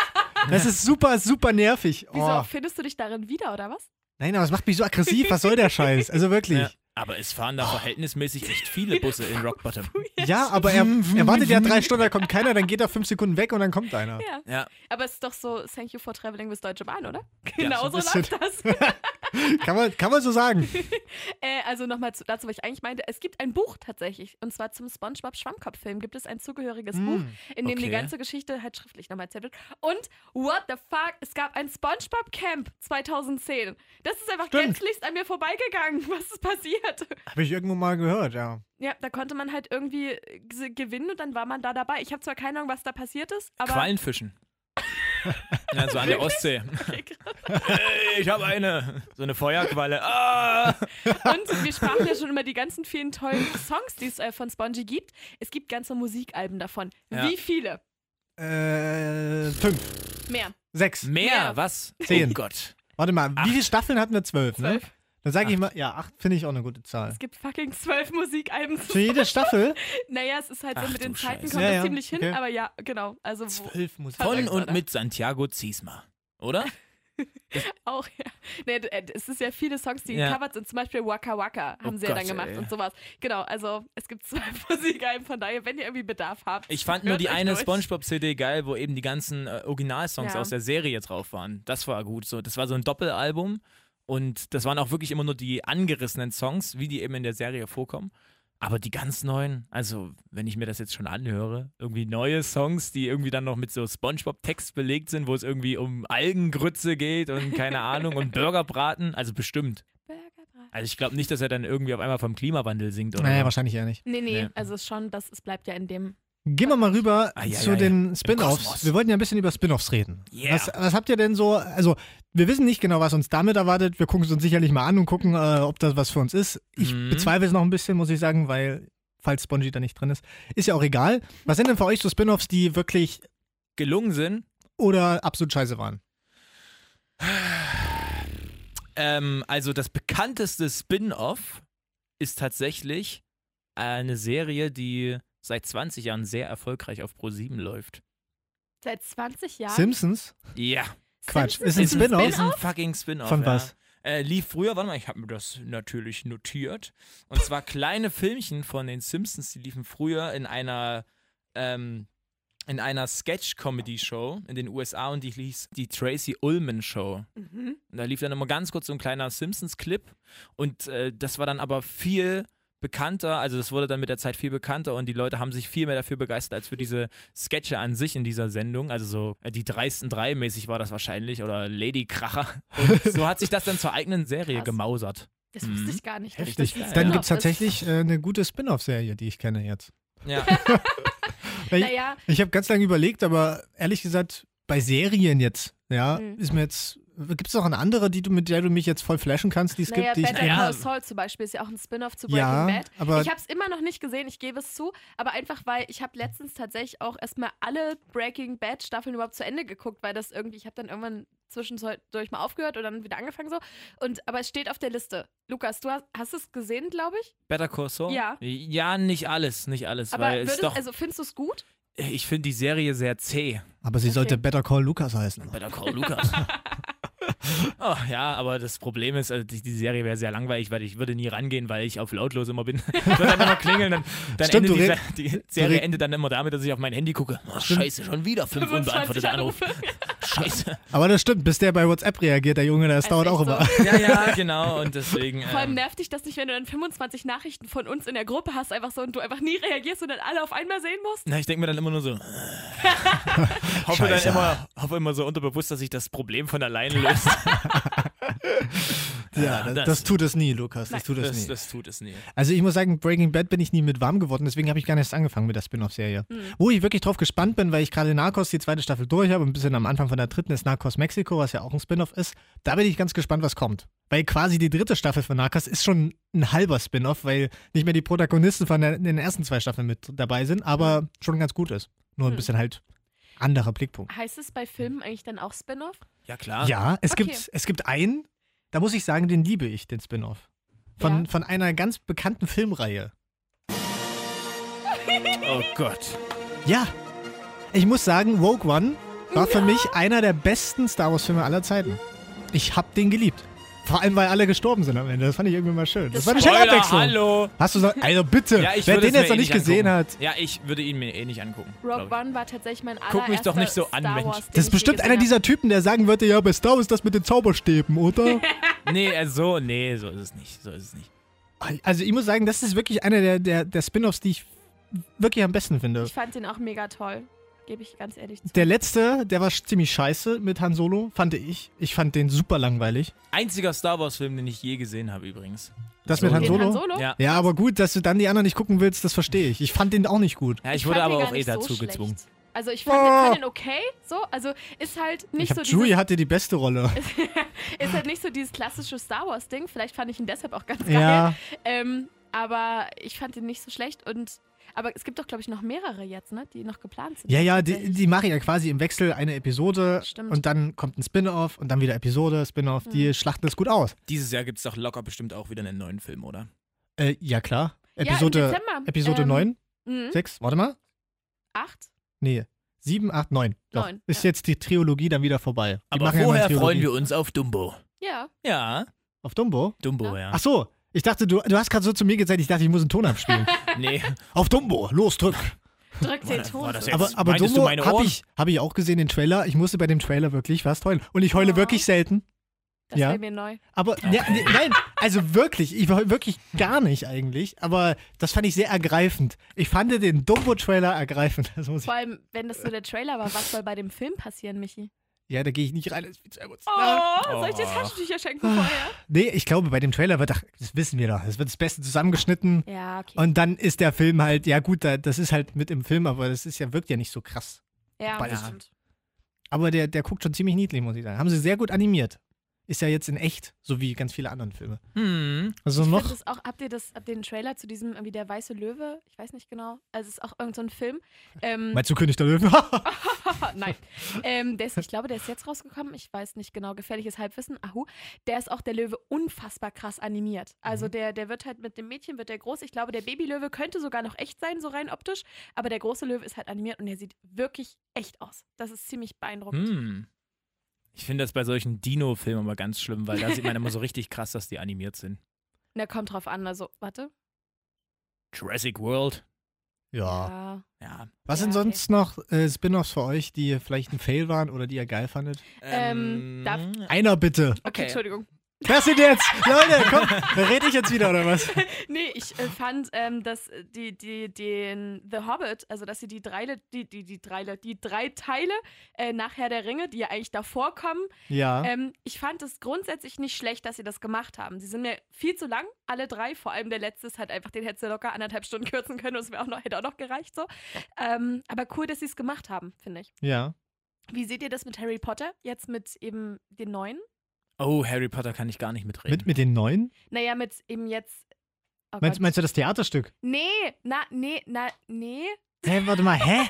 S2: Das ist super, super nervig.
S4: Wieso
S2: Oh.
S4: findest du dich darin wieder, oder was?
S2: Nein, aber es macht mich so aggressiv. Was soll der Scheiß? Also wirklich.
S3: Ja. Aber es fahren da verhältnismäßig echt viele Busse in Rock Bottom.
S2: Ja, aber er, er wartet ja drei Stunden, da kommt keiner, dann geht er fünf Sekunden weg und dann kommt einer.
S4: Ja.
S3: Ja,
S4: Aber es ist doch so, thank you for traveling with Deutsche Bahn, oder?
S3: Ja,
S4: Genau
S3: so
S4: so
S2: ein
S4: läuft das.
S2: Kann man, kann man so sagen.
S4: Äh, also nochmal zu- dazu, was ich eigentlich meinte. Es gibt ein Buch tatsächlich. Und zwar zum Spongebob-Schwammkopf-Film gibt es ein zugehöriges
S2: Mm,
S4: Buch, in dem
S3: Hm, okay.
S4: die ganze Geschichte halt schriftlich nochmal erzählt wird. Und what the fuck? Es gab ein Spongebob-Camp 2010. Das ist einfach
S2: Stimmt.
S4: gänzlichst an mir vorbeigegangen. Was ist passiert?
S2: Habe ich irgendwo mal gehört, ja.
S4: Ja, da konnte man halt irgendwie äh, g- gewinnen und dann war man da dabei. Ich habe zwar keine Ahnung, was da passiert ist, aber.
S3: Quallenfischen. Also an der Ostsee. Hey, ich habe eine. So eine Feuerqualle. Ah!
S4: Und wir sprachen ja schon über die ganzen vielen tollen Songs, die es äh, von Spongy gibt. Es gibt ganze Musikalben davon.
S3: Ja.
S4: Wie viele?
S2: Äh, fünf,
S4: Mehr.
S3: Hm?
S2: sechs.
S3: Mehr,
S4: Mehr.
S3: was?
S2: Zehn.
S3: Oh Gott.
S2: Warte mal, wie viele Staffeln hatten wir? Zwölf, ne?
S4: Zwölf.
S2: Dann sage ich mal, ja, acht finde ich auch eine gute Zahl.
S4: Es gibt fucking zwölf Musikalben.
S2: Für jede Staffel?
S4: Naja, es ist halt so,
S3: Ach
S4: mit den
S3: du
S4: Zeiten
S3: Scheiße.
S4: kommt
S2: Ja,
S4: das
S2: ja,
S4: ziemlich hin,
S2: okay.
S4: aber ja, genau. Also wo
S2: Zwölf muss
S3: Von
S4: Perfekt,
S3: und
S4: oder?
S3: mit Santiago Ziesma. Oder?
S4: auch, ja. Nee, d- äh, es ist ja viele Songs, die
S3: Ja.
S4: covered sind. Zum Beispiel Waka Waka haben
S3: Oh
S4: sie ja dann
S3: Gott,
S4: gemacht
S3: ey.
S4: und sowas. Genau, also es gibt zwölf Musikalben, von daher, wenn ihr irgendwie Bedarf habt.
S3: Ich fand nur
S4: hört
S3: die
S4: euch
S3: eine
S4: durch.
S3: Spongebob-CD geil, wo eben die ganzen äh, Originalsongs
S4: Ja.
S3: aus der Serie drauf waren. Das war gut. So, das war so ein Doppelalbum und das waren auch wirklich immer nur die angerissenen Songs, wie die eben in der Serie vorkommen. Aber die ganz neuen, also wenn ich mir das jetzt schon anhöre, irgendwie neue Songs, die irgendwie dann noch mit so Spongebob-Text belegt sind, wo es irgendwie um Algengrütze geht und keine Ahnung und Burgerbraten, also bestimmt.
S4: Burgerbraten.
S3: Also ich glaube nicht, dass er dann irgendwie auf einmal vom Klimawandel singt oder
S2: Naja,
S3: so.
S2: wahrscheinlich eher nicht.
S4: Nee, nee,
S3: Nee.
S4: also es ist schon, das es bleibt ja in dem.
S2: Gehen wir mal rüber
S3: Ah, ja,
S2: zu
S3: ja, ja.
S2: den
S3: Im
S2: Spin-Offs.
S3: Kosmos.
S2: Wir wollten ja ein bisschen über Spin-Offs reden.
S3: Yeah.
S2: Was, was habt ihr denn so, also wir wissen nicht genau, was uns damit erwartet. Wir gucken es uns sicherlich mal an und gucken, äh, ob das was für uns ist. Ich
S3: Mhm.
S2: bezweifle es noch ein bisschen, muss ich sagen, weil, falls Spongy da nicht drin ist, ist ja auch egal. Was sind denn für euch so Spin-Offs, die wirklich
S3: gelungen sind.
S2: oder absolut scheiße waren?
S3: Ähm, also das bekannteste Spin-off ist tatsächlich eine Serie, die seit 20 Jahren sehr erfolgreich auf Pro7 läuft.
S4: Seit 20 Jahren.
S2: Simpsons?
S3: Ja.
S2: Quatsch,
S4: Simpsons
S2: ist ein
S4: ist ein
S2: Spin-off?
S3: Ist ein fucking Spin-off.
S2: Von
S3: ja.
S2: was?
S3: Äh, lief früher, warte mal, ich habe mir das natürlich notiert. Und zwar kleine Filmchen von den Simpsons, die liefen früher in einer ähm, in einer Sketch-Comedy-Show in den USA und die hieß die Tracy Ullman Show.
S4: Mhm.
S3: Und Da lief dann immer ganz kurz so ein kleiner Simpsons-Clip und äh, das war dann aber viel bekannter, also das wurde dann mit der Zeit viel bekannter und die Leute haben sich viel mehr dafür begeistert als für diese Sketche an sich in dieser Sendung. Also so äh, die dreisten drei mäßig war das wahrscheinlich oder Lady Kracher. Und so hat sich das dann zur eigenen Serie
S4: Krass.
S3: gemausert.
S4: Das wusste
S3: Mhm.
S4: ich gar nicht.
S3: Heftig.
S4: Das ist
S2: Dann
S4: Spin-off
S2: gibt es
S4: ist.
S2: tatsächlich äh, eine gute Spin-off-Serie, die ich kenne jetzt.
S3: Ja,
S2: Weil ich-
S4: Naja,
S2: Ich habe ganz lange überlegt, aber ehrlich gesagt, bei Serien jetzt, ja,
S4: Mhm.
S2: ist mir jetzt. Gibt es noch eine andere, die du, mit der du mich jetzt voll flashen kannst, die es
S4: naja
S2: gibt, die ich
S4: Better
S3: Ja.
S4: Call Saul zum Beispiel ist ja auch ein Spin-off zu Breaking
S2: Ja,
S4: Bad.
S2: aber-
S4: ich habe es immer noch nicht gesehen, ich gebe es zu, aber einfach weil ich habe letztens tatsächlich auch erstmal alle Breaking Bad Staffeln überhaupt zu Ende geguckt, weil das irgendwie, ich habe dann irgendwann zwischendurch mal aufgehört und dann wieder angefangen so. Und aber es steht auf der Liste. Lukas, du hast, hast es gesehen, glaube ich.
S3: Better Call Saul?
S4: Ja.
S3: Ja, nicht alles, nicht alles,
S4: Aber
S3: weil es
S4: würdest,
S3: doch,
S4: also findest du es gut?
S3: ich finde die Serie sehr zäh.
S2: Aber sie
S4: Okay.
S2: sollte Better Call Lucas heißen.
S3: Better Call Lukas. Oh, ja, aber das Problem ist, also die, die Serie wäre sehr langweilig, weil ich würde nie rangehen, weil ich auf lautlos immer bin. Ich würde dann immer klingeln. Dann, dann
S2: Stimmt, du
S3: endet
S2: red-
S3: die, Se- die Serie
S2: red-
S3: endet dann immer damit, dass ich auf mein Handy gucke. Oh, scheiße, schon wieder fünf
S4: 25
S3: unbeantwortete Anrufe. Scheiße.
S2: Aber das stimmt, bis der bei WhatsApp reagiert, der Junge, das
S4: Also
S2: dauert auch
S4: echt so.
S2: immer.
S3: Ja, ja, genau. Und deswegen.
S4: Vor allem
S3: ähm,
S4: nervt dich das nicht, wenn du dann 25 Nachrichten von uns in der Gruppe hast, einfach so und du einfach nie reagierst und dann alle auf einmal sehen musst.
S3: na, ich denke mir dann immer nur so. äh, hoffe dann
S2: Scheiße.
S3: immer, hoffe immer so unterbewusst, dass sich das Problem von alleine löst.
S2: Ja, das,
S3: das-
S2: das tut es nie, Lukas. Das tut es
S3: Das,
S2: nie.
S3: das tut es nie.
S2: Also ich muss sagen, Breaking Bad bin ich nie mit warm geworden, deswegen habe ich gar nicht erst angefangen mit der Spin-off-Serie.
S4: Hm.
S2: Wo ich wirklich drauf gespannt bin, weil ich gerade Narcos die zweite Staffel durch habe und ein bisschen am Anfang von der dritten ist Narcos Mexiko, was ja auch ein Spin-off ist. Da bin ich ganz gespannt, was kommt. Weil quasi die dritte Staffel von Narcos ist schon ein halber Spin-off, weil nicht mehr die Protagonisten von der, den ersten zwei Staffeln mit dabei sind,
S4: Hm.
S2: aber schon ganz gut ist. Nur ein bisschen halt anderer Blickpunkt.
S4: Heißt es bei Filmen eigentlich dann auch Spin-off?
S3: Ja, klar.
S2: Ja, es,
S4: Ah, Okay.
S2: gibt, es gibt einen, da muss ich sagen, den liebe ich, den Spin-off. Von,
S4: Ja.
S2: von einer ganz bekannten Filmreihe.
S3: Oh Gott.
S2: Ja. Ich muss sagen, Rogue One war für mich einer der besten Star Wars-Filme aller Zeiten. Ich hab den geliebt. Vor allem, weil alle gestorben sind am Ende. Das fand ich irgendwie mal schön. Das,
S4: Das
S2: war eine schöne
S3: Spoiler,
S2: Abwechslung.
S3: hallo!
S2: Hast du gesagt, also bitte,
S3: Ja, ich
S2: wer
S3: würde
S2: den
S3: es mir
S2: jetzt noch
S3: eh
S2: nicht gesehen
S3: angucken.
S2: hat,
S3: Ja, ich würde ihn mir eh nicht angucken.
S4: Rogue
S3: glaub
S4: One war tatsächlich mein allererster
S3: Guck mich doch nicht so an,
S4: Star
S3: Mensch.
S4: Wars, den
S2: das
S4: ich je
S2: ist bestimmt
S4: gesehen
S2: einer
S4: hab.
S2: dieser Typen, der sagen würde, ja, bei Star ist das mit den Zauberstäben, oder?
S3: ich. Nee, äh, so, nee, so ist es nicht. So ist es nicht.
S2: also ich muss sagen, das ist wirklich einer der, der, der Spin-Offs, die ich wirklich am besten finde.
S4: Ich fand den auch mega toll. Gebe ich ganz ehrlich zu.
S2: Der letzte, der war sch- ziemlich scheiße mit Han Solo, fand ich. Ich fand den super langweilig.
S3: Einziger Star Wars-Film, den ich je gesehen habe übrigens.
S2: Das mit
S3: Solo.
S2: Han
S4: Den
S2: Solo?
S4: Han Solo?
S3: Ja.
S2: Ja, aber gut, dass du dann die anderen nicht gucken willst, das verstehe ich. Ich fand den auch nicht gut.
S3: Ja, ich,
S4: Ich
S3: wurde
S4: fand den
S3: aber
S4: gar
S3: auch eh
S4: nicht so
S3: dazu
S4: schlecht.
S3: gezwungen.
S4: Also ich fand,
S2: Ah.
S4: ich fand den okay, so. Also ist halt nicht
S2: ich
S4: so
S2: hab,
S4: dieses,
S2: Julie hatte die beste Rolle.
S4: ist halt nicht so dieses klassische Star Wars Ding. Vielleicht fand ich ihn deshalb auch ganz geil.
S2: Ja,
S4: Ähm, aber ich fand ihn nicht so schlecht und aber es gibt doch, glaube ich, noch mehrere jetzt, ne, die noch geplant sind.
S2: ja, ja, die,
S4: Tatsächlich.
S2: die machen ja quasi im Wechsel eine Episode
S4: Stimmt. Mhm.
S2: und dann kommt ein Spin-off und dann wieder Episode, Spin-off. Die schlachten das gut aus.
S3: Dieses Jahr gibt es doch locker bestimmt auch wieder einen neuen Film, oder?
S2: Äh, ja, klar.
S4: im
S2: Episode,
S4: Dezember.
S2: Episode
S4: Ähm,
S2: 9,
S4: Mhm.
S2: 6, warte mal.
S4: Acht?
S2: Nee, 7, 8, 9. Doch.
S4: Neun,
S2: Ist
S4: ja.
S2: jetzt die Trilogie dann wieder vorbei. Die
S3: Aber
S2: machen ja immer
S3: vorher
S2: Trilogie.
S3: freuen wir uns auf Dumbo.
S4: Ja.
S3: Ja,
S2: Auf Dumbo?
S3: Dumbo, ja.
S2: Ach so, ich dachte, du, du hast gerade so zu mir gesagt, ich dachte, ich muss einen Ton abspielen.
S3: Nee,
S2: Auf Dumbo, los, drück.
S4: Drückt
S3: War
S4: den
S3: das- war
S4: Ton.
S3: das
S4: so.
S3: jetzt-
S2: Aber, aber
S3: meinst du
S2: Dumbo
S3: meine
S2: habe
S3: Ohren?
S2: ich, hab ich auch gesehen, den Trailer. Ich musste bei dem Trailer wirklich fast heulen. Und ich heule
S4: Oh.
S2: wirklich selten.
S4: Das
S2: ja.
S4: wäre mir neu.
S2: Aber ne, ne, nein, also wirklich, ich heule wirklich gar nicht eigentlich. Aber das fand ich sehr ergreifend. Ich fand den Dumbo-Trailer ergreifend. Das muss ich,
S4: Vor allem, wenn das so der Trailer war, was soll bei dem Film passieren, Michi?
S2: ja, da gehe ich nicht rein. Das ist viel zu
S4: Oh,
S2: emotional.
S4: soll ich dir
S3: Oh.
S4: Taschentücher schenken vorher?
S2: Nee, ich glaube, bei dem Trailer wird, ach, das wissen wir doch, es wird das Beste zusammengeschnitten.
S4: Ja, okay.
S2: Und dann ist der Film halt, ja gut, da- das ist halt mit im Film, aber das ist ja, wirkt ja nicht so krass.
S4: ja,
S2: Ball
S4: das
S2: ist-
S4: stimmt.
S2: Aber der, der guckt schon ziemlich niedlich, muss ich sagen. Haben sie sehr gut animiert. Ist ja jetzt in echt, so wie ganz viele anderen Filme.
S3: hm.
S2: Also
S4: Ich
S2: noch.
S4: find das auch, habt ihr das, habt ihr den Trailer zu diesem, irgendwie der weiße Löwe? Ich weiß nicht genau. Also es ist auch irgendein so ein Film. Ähm,
S2: Meinst du König der Löwen?
S4: nein. Ähm, der ist, ich glaube, der ist jetzt rausgekommen. Ich weiß nicht genau. Gefährliches Halbwissen. Ahu. Der ist auch der Löwe unfassbar krass animiert.
S3: Mhm.
S4: Also der, der wird halt mit dem Mädchen wird der groß. Ich glaube, der Babylöwe könnte sogar noch echt sein, so rein optisch. Aber der große Löwe ist halt animiert und der sieht wirklich echt aus. Das ist ziemlich beeindruckend.
S3: Hm. Ich finde das bei solchen Dino-Filmen immer ganz schlimm, weil da sieht man immer so richtig krass, dass die animiert sind.
S4: Na, kommt drauf an. Also, warte.
S3: Jurassic World. Ah.
S2: ja.
S4: Ja.
S3: Ja.
S2: Was
S4: Ja,
S2: sind sonst noch äh, Spin-offs für euch, die vielleicht ein Fail waren oder die ihr geil fandet?
S4: Ähm, darf-
S2: Einer bitte.
S4: Okay,
S3: Okay.
S4: Entschuldigung.
S2: Wer sind jetzt? Leute, komm, da rede ich jetzt wieder, oder was?
S4: Nee, ich äh, fand, ähm, dass die, die, den The Hobbit, also dass sie die drei, die, die, die drei, die drei Teile äh, nach Herr der Ringe, die ja eigentlich davor kommen,
S2: Ja.
S4: Ähm, ich fand es grundsätzlich nicht schlecht, dass sie das gemacht haben. Sie sind mir viel zu lang, alle drei. Vor allem der letzte ist halt einfach, den hättest du locker anderthalb Stunden kürzen können und es wäre auch noch, hätte auch noch gereicht so. Ähm, aber cool, dass sie es gemacht haben, finde ich.
S2: Ja.
S4: Wie seht ihr das mit Harry Potter? Jetzt mit eben den neuen?
S3: Oh, Harry Potter kann ich gar nicht mitreden.
S2: Mit, mit den neuen?
S4: Naja, mit eben jetzt. Oh
S2: Meinst,
S4: Gott.
S2: meinst du das Theaterstück?
S4: Nee, na, nee, na, nee.
S2: Hä, warte mal, hä?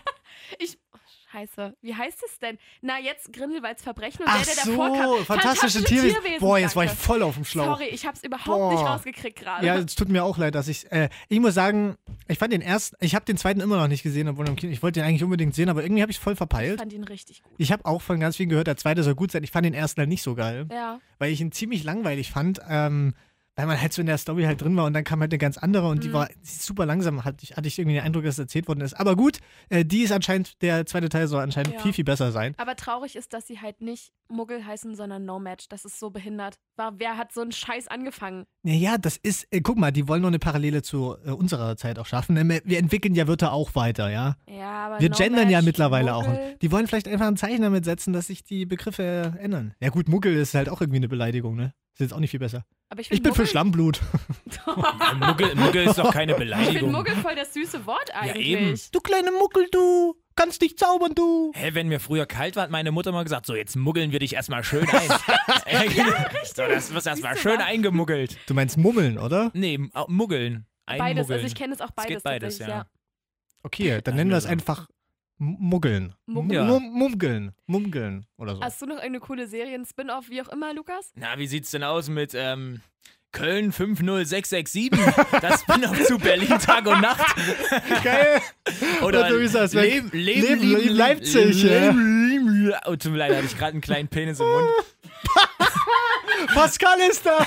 S4: Ich. Oh, scheiße. Wie heißt es denn? Na, jetzt Grindelwalds Verbrechen und
S2: Ach
S4: der, der
S2: so,
S4: davor kam.
S2: fantastische Tierwesen. Boah, jetzt war ich
S4: danke.
S2: voll auf dem Schlauch.
S4: Sorry, ich hab's überhaupt nicht
S2: Boah.
S4: rausgekriegt gerade.
S2: Ja, es tut mir auch leid, dass ich. Äh, ich muss sagen, ich fand den ersten, ich habe den zweiten immer noch nicht gesehen, obwohl er im Kino. Ich wollte den eigentlich unbedingt sehen, aber irgendwie habe ich voll
S4: ich
S2: verpeilt.
S4: fand ihn richtig gut.
S2: Ich habe auch von ganz vielen gehört, der zweite soll gut sein. Ich fand den ersten halt nicht so geil,
S4: Ja.
S2: weil ich ihn ziemlich langweilig fand, ähm, weil man halt so in der Story halt drin war und dann kam halt eine ganz andere und die
S4: Mhm.
S2: war die ist super langsam, hatte ich, hatte ich irgendwie den Eindruck, dass erzählt worden ist. Aber gut, äh, die ist anscheinend, der zweite Teil soll anscheinend
S4: Ja.
S2: viel, viel besser sein.
S4: Aber traurig ist, dass sie halt nicht Muggel heißen, sondern Nomad. Das ist so behindert. War, wer hat so einen Scheiß angefangen?
S2: Naja, das ist, äh, guck mal, die wollen noch eine Parallele zu äh, unserer Zeit auch schaffen. Ähm, Wir entwickeln ja Wörter auch weiter, ja.
S4: Ja, aber
S2: Wir
S4: Nomad,
S2: gendern ja mittlerweile auch.
S4: Muggel,
S2: Und die wollen vielleicht einfach ein Zeichen damit setzen, dass sich die Begriffe ändern. Ja gut, Muggel ist halt auch irgendwie eine Beleidigung, ne? Ist jetzt auch nicht viel besser.
S4: Aber ich,
S2: Ich
S4: find
S2: bin für
S4: Muggel,
S2: Schlammblut.
S3: Ja, Muggel, Muggel ist doch keine
S4: Ich finde
S3: Beleidigung.
S4: Muggel voll das süße Wort eigentlich.
S3: eben.
S2: Du kleine Muggel, du! Kannst dich zaubern, du!
S3: Hä, wenn mir früher kalt war, hat meine Mutter mal gesagt, so jetzt muggeln wir dich erstmal schön ein. ja, richtig. So, das wird erstmal
S4: Siehst du
S3: schön
S4: was?
S3: eingemuggelt.
S2: Du meinst Mummeln, oder?
S3: Nee, m- au- muggeln. Einmuggeln.
S4: Beides, also ich kenne es auch
S3: Es
S4: beides.
S3: geht beides,
S4: tatsächlich,
S3: ja.
S2: Okay, dann nennen wir es einfach also M- Muggeln.
S4: Muggel.
S3: Ja.
S2: Mum- Mumgeln. Mumgeln oder so.
S4: Hast du noch irgendeine coole Serien, Spin-off, wie auch immer, Lukas?
S3: Na, wie sieht's denn aus mit ähm, Köln 50667? Das bin auch zu Berlin Tag und Nacht.
S2: Geil!
S3: Oder
S2: Du bist das weg.
S3: Leben,
S2: Leben,
S3: Leben, Leben,
S2: Leben, Leipzig,
S3: Leben, Leben, Leben. Oh, tut mir leid, hatte ich gerade einen kleinen Penis im Mund.
S2: Pascal ist da!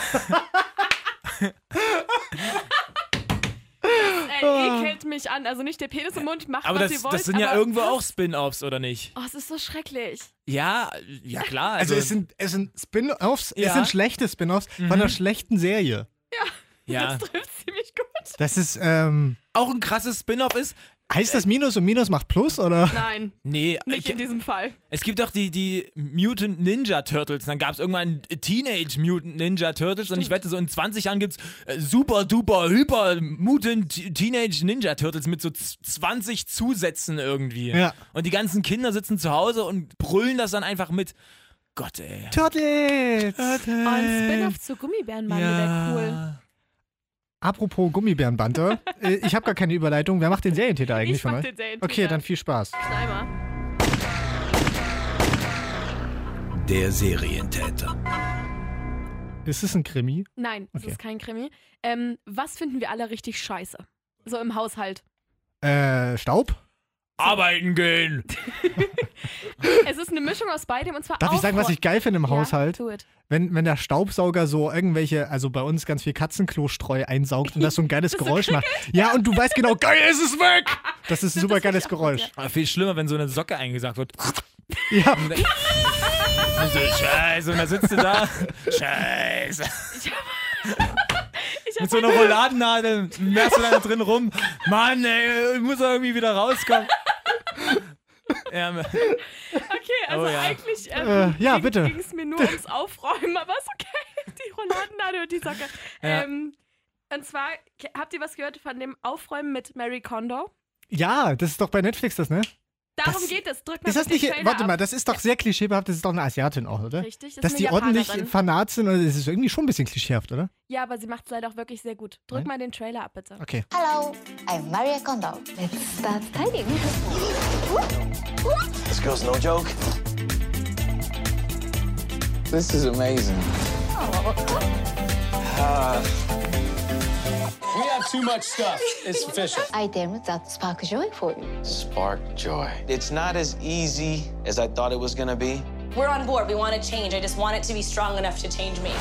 S4: Ey, ekelt mich an. Also nicht der Penis im Mund, macht
S3: Oh. Aber
S4: was
S3: das,
S4: ihr wollt.
S3: das sind ja
S4: aber-
S3: irgendwo auch Spin-Offs, oder nicht?
S4: Oh, es ist so schrecklich.
S3: Ja, ja klar.
S2: Also, Mhm.
S3: Also,
S2: es sind, es sind Spin-Offs,
S3: Ja.
S2: es sind schlechte Spin-Offs von einer schlechten Serie.
S3: ja.
S4: Das trifft ziemlich gut.
S2: Das ist, ähm,
S3: auch ein krasses Spin-Off ist.
S2: heißt das Minus und Minus macht Plus, oder?
S4: Nein,
S3: Nee,
S4: nicht
S3: ich,
S4: in diesem Fall.
S3: Es gibt auch die, die Mutant Ninja Turtles. Dann gab es irgendwann Teenage Mutant Ninja Turtles. Und ich wette, so in 20 Jahren gibt es äh, super duper hyper Mutant T- Teenage Ninja Turtles mit so z- 20 Zusätzen irgendwie.
S2: Ja.
S3: Und die ganzen Kinder sitzen zu Hause und brüllen das dann einfach mit. Gott, ey.
S2: Turtles!
S4: Oh, ein
S2: Äh.
S4: Spin-off zu Gummibärenmann ja. wäre cool.
S2: Apropos Gummibärenbande, äh, ich habe gar keine Überleitung. Wer macht den Serientäter eigentlich
S4: Ich
S2: von
S4: mach
S2: euch?
S4: den Serientäter.
S2: Okay, dann viel Spaß.
S4: Schneimer.
S5: Der Serientäter.
S2: Ist es ein Krimi?
S4: Nein, das
S2: Okay.
S4: ist kein Krimi. Ähm, was finden wir alle richtig scheiße? So im Haushalt.
S2: Äh, Staub?
S3: Arbeiten gehen!
S4: Es ist eine Mischung aus beidem und zwar
S2: Darf ich sagen, was ich geil finde im
S4: ja,
S2: Haushalt?
S4: Do it.
S2: Wenn, wenn der Staubsauger so irgendwelche, also bei uns ganz viel Katzenklostreu einsaugt und das so ein geiles Geräusch macht. Ja, und du weißt genau, geil ist es weg! Das ist ein super geiles Geräusch.
S3: Aber viel schlimmer, wenn so eine Socke eingesagt wird.
S2: Ja,
S3: Und so, Scheiße, und da sitzt du da. Scheiße.
S4: Ich hab
S3: Mit so einer Rolladennadel merkst du dann drin rum. Mann, ey, ich muss doch irgendwie wieder rauskommen. Ja,
S4: Okay, also
S3: Oh ja.
S4: eigentlich
S2: Äh,
S4: ähm,
S2: ja,
S4: ging,
S2: bitte.
S4: es mir nur ums Aufräumen, aber ist okay. Die Rouladennadel und die Socke.
S3: Ja.
S4: Ähm, und zwar, ke- habt ihr was gehört von dem Aufräumen mit Mary Kondo?
S2: ja, das ist doch bei Netflix das, ne?
S4: Darum
S2: Das-
S4: geht es. Drückt mal
S2: Ist das
S4: bitte den
S2: nicht,
S4: Trailer
S2: warte
S4: ab.
S2: mal, das ist doch sehr klischeebehaft, das ist doch eine Asiatin auch, oder?
S4: Richtig, das
S2: Dass
S4: ist
S2: die
S4: eine
S2: ordentlich
S4: Japanerin.
S2: fanat sind, oder? das ist irgendwie schon ein bisschen klischeehaft, oder?
S4: Ja, aber sie macht es leider auch wirklich sehr gut. Drück mal den Trailer ab, bitte.
S2: Okay.
S6: Hello, I'm Maria Kondo. Let's start tidying.
S7: This girl's no joke. This is amazing. Ah. we have too much stuff. It's official.
S6: I dare that spark joy for you.
S7: Spark joy. It's not as easy as I thought it was gonna be.
S8: We're on board. We want to change. I just want it to be strong enough to change me.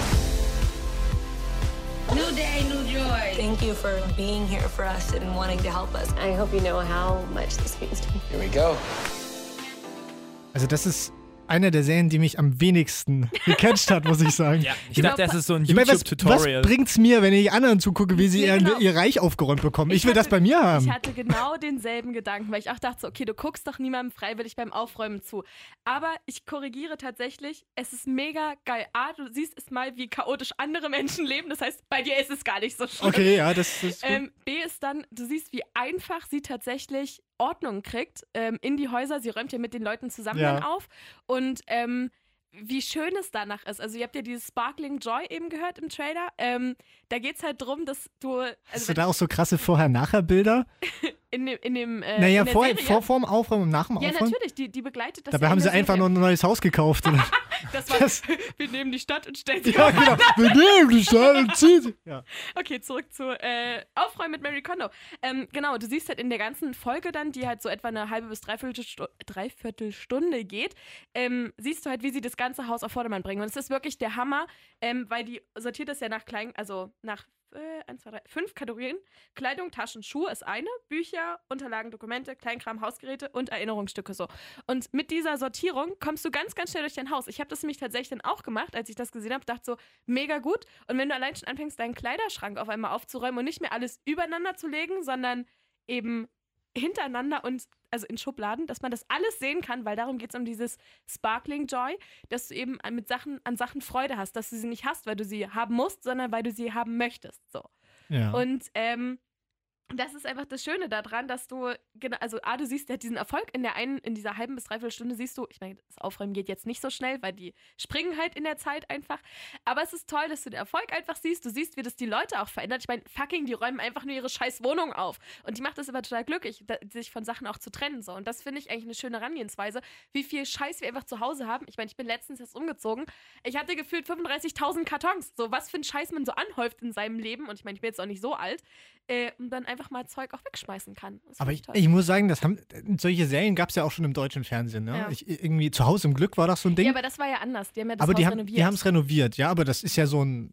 S9: New day, new joy. Thank you for being here for us and wanting to help us. I hope you know how much this means to me.
S7: Here we go.
S2: Also das ist eine der Serien, die mich am wenigsten gecatcht hat, muss ich sagen.
S3: ja. Ich dachte, das ist so ein
S2: Ich meine, was, was
S3: YouTube-Tutorial.
S2: bringt's mir, wenn ich anderen zugucke, wie sie
S4: Ja,
S2: ihr,
S4: genau.
S2: ihr Reich aufgeräumt bekommen? Ich, will
S4: hatte-
S2: das bei mir haben.
S4: Ich hatte genau denselben Gedanken, weil ich auch dachte, so, okay, du guckst doch niemandem freiwillig beim Aufräumen zu. Aber ich korrigiere tatsächlich, es ist mega geil. A, du siehst es mal, wie chaotisch andere Menschen leben. Das heißt, bei dir ist es gar nicht so schlimm.
S2: okay, ja, das ist gut.
S4: Ähm, B ist dann, du siehst, wie einfach sie tatsächlich Ordnung kriegt ähm, in die Häuser. Sie räumt ja mit den Leuten zusammen
S2: Ja.
S4: dann auf. Und ähm, wie schön es danach ist. Also, ihr habt ja dieses Sparkling Joy eben gehört im Trailer. Ähm, da geht es halt drum, dass du.
S2: Hast
S4: Also
S2: du da auch so krasse Vorher-Nachher-Bilder?
S4: in dem. In dem äh,
S2: naja,
S4: in der
S2: vor,
S4: Serie,
S2: vor, vorm Aufräumen und nach dem
S4: Ja,
S2: Aufräumen?
S4: natürlich, die, die begleitet das.
S2: Dabei
S4: ja
S2: haben
S4: in
S2: sie
S4: der
S2: einfach nur
S4: Serie.
S2: ein neues Haus gekauft. Oder?
S4: Das war,
S2: das-
S4: wir nehmen die Stadt und stellen sie
S2: ja,
S4: auf.
S2: genau. Wir nehmen dich da und ziehen sie. Ja.
S4: Okay, zurück zu äh, Aufräumen mit Mary Kondo. Ähm, genau, du siehst halt in der ganzen Folge dann, die halt so etwa eine halbe bis dreiviertel, Stu- dreiviertel Stunde geht, ähm, siehst du halt, wie sie das ganze Haus auf Vordermann bringen. Und es ist wirklich der Hammer, ähm, weil die sortiert das ja nach kleinen, also nach äh, eins, zwei, drei, fünf Kategorien. Kleidung, Taschen, Schuhe ist eine, Bücher, Unterlagen, Dokumente, Kleinkram, Hausgeräte und Erinnerungsstücke so. Und mit dieser Sortierung kommst du ganz, ganz schnell durch dein Haus. Ich habe das nämlich tatsächlich dann auch gemacht, als ich das gesehen habe, dachte so, mega gut. Und wenn du allein schon anfängst, deinen Kleiderschrank auf einmal aufzuräumen und nicht mehr alles übereinander zu legen, sondern eben hintereinander und also in Schubladen, dass man das alles sehen kann, weil darum geht es um dieses Sparkling Joy, dass du eben an- mit Sachen, an Sachen Freude hast, dass du sie nicht hast, weil du sie haben musst, sondern weil du sie haben möchtest. So.
S2: Ja.
S4: Und ähm, das ist einfach das Schöne daran, dass du, genau, also A, du siehst ja diesen Erfolg in der einen, in dieser halben bis dreiviertel Stunde siehst du, ich meine, das Aufräumen geht jetzt nicht so schnell, weil die springen halt in der Zeit einfach. Aber es ist toll, dass du den Erfolg einfach siehst. Du siehst, wie das die Leute auch verändert. Ich meine, fucking, die räumen einfach nur ihre scheiß Wohnung auf. Und die macht das aber total glücklich, da, sich von Sachen auch zu trennen. So. Und das finde ich eigentlich eine schöne Herangehensweise, wie viel Scheiß wir einfach zu Hause haben. Ich meine, ich bin letztens erst umgezogen. Ich hatte gefühlt 35.000 Kartons. So, was für ein Scheiß man so anhäuft in seinem Leben. Und ich meine, ich bin jetzt auch nicht so alt. äh, und dann einfach mal Zeug auch wegschmeißen kann. Das
S2: Aber
S4: find
S2: ich,
S4: toll.
S2: ich muss sagen, das haben, solche Serien gab es ja auch schon im deutschen Fernsehen. Ne?
S4: Ja.
S2: Ich, irgendwie zu Hause im Glück war das so ein Ding.
S4: ja, aber das war ja anders. Die haben ja das
S2: aber
S4: Haus
S2: die haben
S4: renoviert.
S2: die es renoviert, ja, aber das ist ja so ein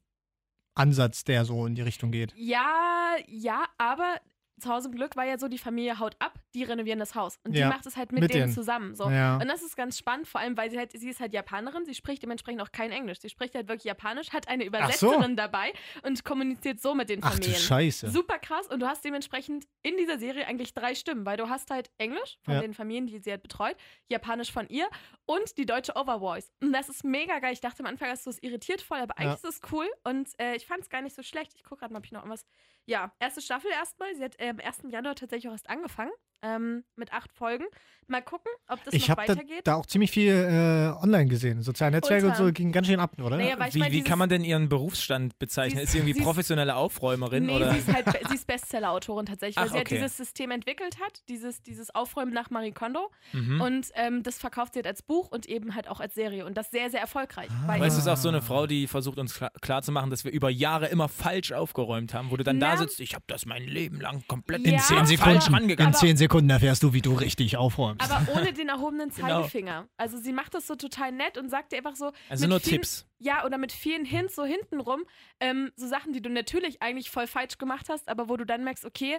S2: Ansatz, der so in die Richtung geht.
S4: Ja, ja, aber zu Hause im Glück war ja so, die Familie haut ab, die renovieren das Haus. Und
S2: Ja,
S4: die macht es halt mit,
S2: mit
S4: denen
S2: denen.
S4: zusammen. So.
S2: Ja.
S4: Und das ist ganz spannend, vor allem, weil sie halt, sie ist halt Japanerin, sie spricht dementsprechend auch kein Englisch. Sie spricht halt wirklich Japanisch, hat eine
S2: so.
S4: Übersetzerin dabei und kommuniziert so mit den
S2: Ach du
S4: Familien.
S2: Scheiße.
S4: Super krass und du hast dementsprechend in dieser Serie eigentlich drei Stimmen, weil du hast halt Englisch von
S2: Ja.
S4: den Familien, die sie halt betreut, Japanisch von ihr und die deutsche Overvoice. Und das ist mega geil. Ich dachte am Anfang, dass du es irritiert voll, aber eigentlich ist es cool und äh, ich fand es gar nicht so schlecht. Ich gucke gerade mal, ob ich noch irgendwas. Ja, erste Staffel erstmal. Sie hat äh, am 1. Januar tatsächlich auch erst angefangen ähm, mit acht Folgen. Mal gucken, ob das
S2: ich
S4: noch
S2: habe da,
S4: weitergeht.
S2: da auch ziemlich viel äh, online gesehen. Soziale Netzwerke
S4: Ultra.
S2: und so gingen ganz schön ab, oder?
S4: Naja, weil ich
S3: Wie,
S4: mein,
S3: wie
S4: dieses-
S3: kann man denn ihren Berufsstand bezeichnen?
S4: Sie
S3: Ist
S4: ist-
S3: sie irgendwie
S4: sie ist-
S3: professionelle Aufräumerin
S4: nee,
S3: oder?
S4: sie ist halt sie ist Bestseller-Autorin tatsächlich, weil
S3: Ach,
S4: sie
S3: okay.
S4: halt dieses System entwickelt hat, dieses, dieses Aufräumen nach Marie Kondo.
S3: mhm.
S4: Und ähm, das verkauft sie halt als Buch und eben halt auch als Serie. Und das sehr, sehr erfolgreich. weil
S3: Ah. Weißt du, es ist auch so eine Frau, die versucht uns kla- klarzumachen, dass wir über Jahre immer falsch aufgeräumt haben, wo du dann
S4: Na?
S3: da sitzt, ich habe das mein Leben lang komplett
S4: In Ja, zehn Sekunden.
S3: falsch rangegangen.
S4: Aber- zehn
S2: Sekunden erfährst du, wie du richtig aufräumst.
S4: aber ohne den erhobenen
S3: Genau.
S4: Zeigefinger. Also sie macht das so total nett und sagt dir einfach so.
S3: Also
S4: mit
S3: nur
S4: vielen,
S3: Tipps.
S4: Ja, oder mit vielen Hints so hintenrum. Ähm, so Sachen, die du natürlich eigentlich voll falsch gemacht hast, aber wo du dann merkst, okay,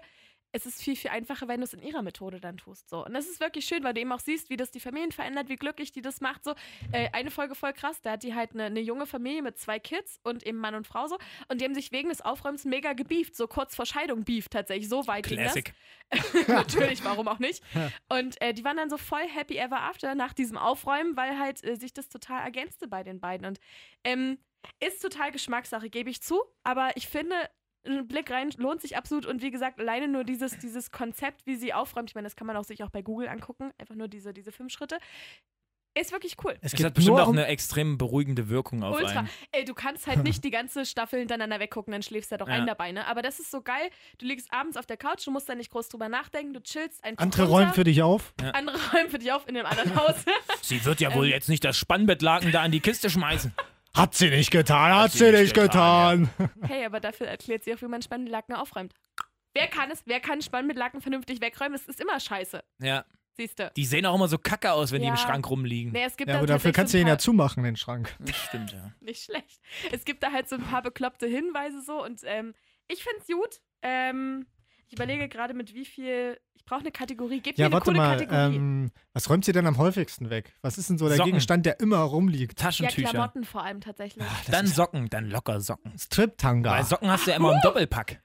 S4: es ist viel, viel einfacher, wenn du es in ihrer Methode dann tust. So. Und das ist wirklich schön, weil du eben auch siehst, wie das die Familien verändert, wie glücklich die das macht. So. Äh, eine Folge voll krass, da hat die halt eine, eine junge Familie mit zwei Kids und eben Mann und Frau so. Und die haben sich wegen des Aufräumens mega gebieft, so kurz vor Scheidung beeft tatsächlich. So weit ging das.
S3: Classic.
S4: Natürlich, warum auch nicht. Und äh, die waren dann so voll happy ever after nach diesem Aufräumen, weil halt äh, sich das total ergänzte bei den beiden. Und ähm, ist total Geschmackssache, gebe ich zu. Aber ich finde, ein Blick rein lohnt sich absolut. Und wie gesagt, alleine nur dieses, dieses Konzept, wie sie aufräumt, ich meine, das kann man auch sich auch bei Google angucken, einfach nur diese, diese fünf Schritte. Ist wirklich cool.
S2: es
S3: Es hat
S2: gibt
S3: bestimmt
S2: nur
S3: auch
S2: um,
S3: eine extrem beruhigende Wirkung auf
S4: Ultra.
S3: einen.
S4: Ey, du kannst halt nicht die ganze Staffel hintereinander weggucken, dann schläfst du halt auch
S3: Ja.
S4: ein dabei, ne? Aber das ist so geil. Du liegst abends auf der Couch, du musst da nicht groß drüber nachdenken, du chillst einfach.
S2: andere
S4: runter.
S2: räumen für dich auf.
S4: Andere räumen für dich auf in dem anderen Haus.
S3: Sie wird ja
S4: Ähm,
S3: wohl jetzt nicht das Spannbettlaken da an die Kiste schmeißen.
S2: Hat sie nicht getan, hat,
S3: sie nicht getan,
S4: hey, aber dafür erklärt sie auch, wie man Spannbettlaken aufräumt. Wer kann es? Wer kann Spannbettlaken vernünftig wegräumen? Das ist immer scheiße.
S3: Ja,
S4: Siehst du?
S3: die sehen auch immer so kacke aus, wenn die im
S4: Ja.
S3: Schrank rumliegen.
S4: Nee, es gibt
S2: Ja,
S4: da
S2: aber dafür
S4: tatsächlich
S2: kannst
S4: so
S2: du
S4: ein
S2: den ja
S4: paar,
S2: zumachen, den Schrank.
S3: Das stimmt, ja.
S4: Nicht schlecht. Es gibt da halt so ein paar bekloppte Hinweise so und ähm, ich find's gut. Ähm, ich überlege gerade mit wie viel. Ich brauche eine Kategorie. Gib
S2: Ja,
S4: mir eine
S2: warte
S4: coole
S2: mal,
S4: Kategorie.
S2: ähm, was räumt sie denn am häufigsten weg? Was ist denn so der
S3: Socken.
S2: Gegenstand, der immer rumliegt?
S4: ja,
S3: Taschentücher.
S4: Klamotten vor allem tatsächlich.
S2: Ah,
S3: dann Socken, dann locker Socken.
S2: Strip-Tanga.
S3: Weil Socken hast du ja immer im Doppelpack.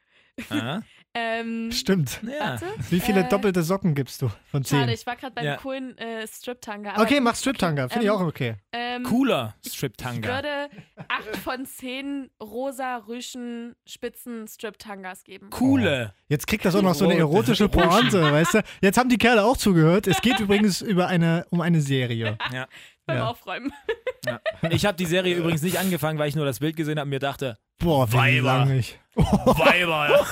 S3: Ja.
S4: Ähm,
S2: Stimmt.
S3: ja.
S4: warte.
S2: Wie viele
S4: Äh,
S2: doppelte Socken gibst du von zehn?
S4: Schade, ich war gerade beim
S3: Ja.
S4: coolen äh, Strip-Tanga. aber,
S2: Okay, mach Strip-Tanga. Finde ich
S4: ähm,
S2: auch okay.
S4: Ähm,
S3: Cooler
S4: Ich
S3: Strip-Tanga.
S4: würde 8 von 10 rosa Rüschen Spitzen Strip Tangas geben.
S3: Coole.
S2: Jetzt kriegt das auch noch so eine
S3: Rote
S2: erotische
S3: Rutschen.
S2: Pointe, weißt du? Jetzt haben die Kerle auch zugehört. Es geht übrigens über eine, um eine Serie.
S3: Ja.
S4: Beim
S2: Ja.
S4: Aufräumen.
S3: Ich habe die Serie übrigens nicht angefangen, weil ich nur das Bild gesehen habe und mir dachte,
S2: Boah, wie
S3: Weiber.
S2: lange ich.
S3: Weiber.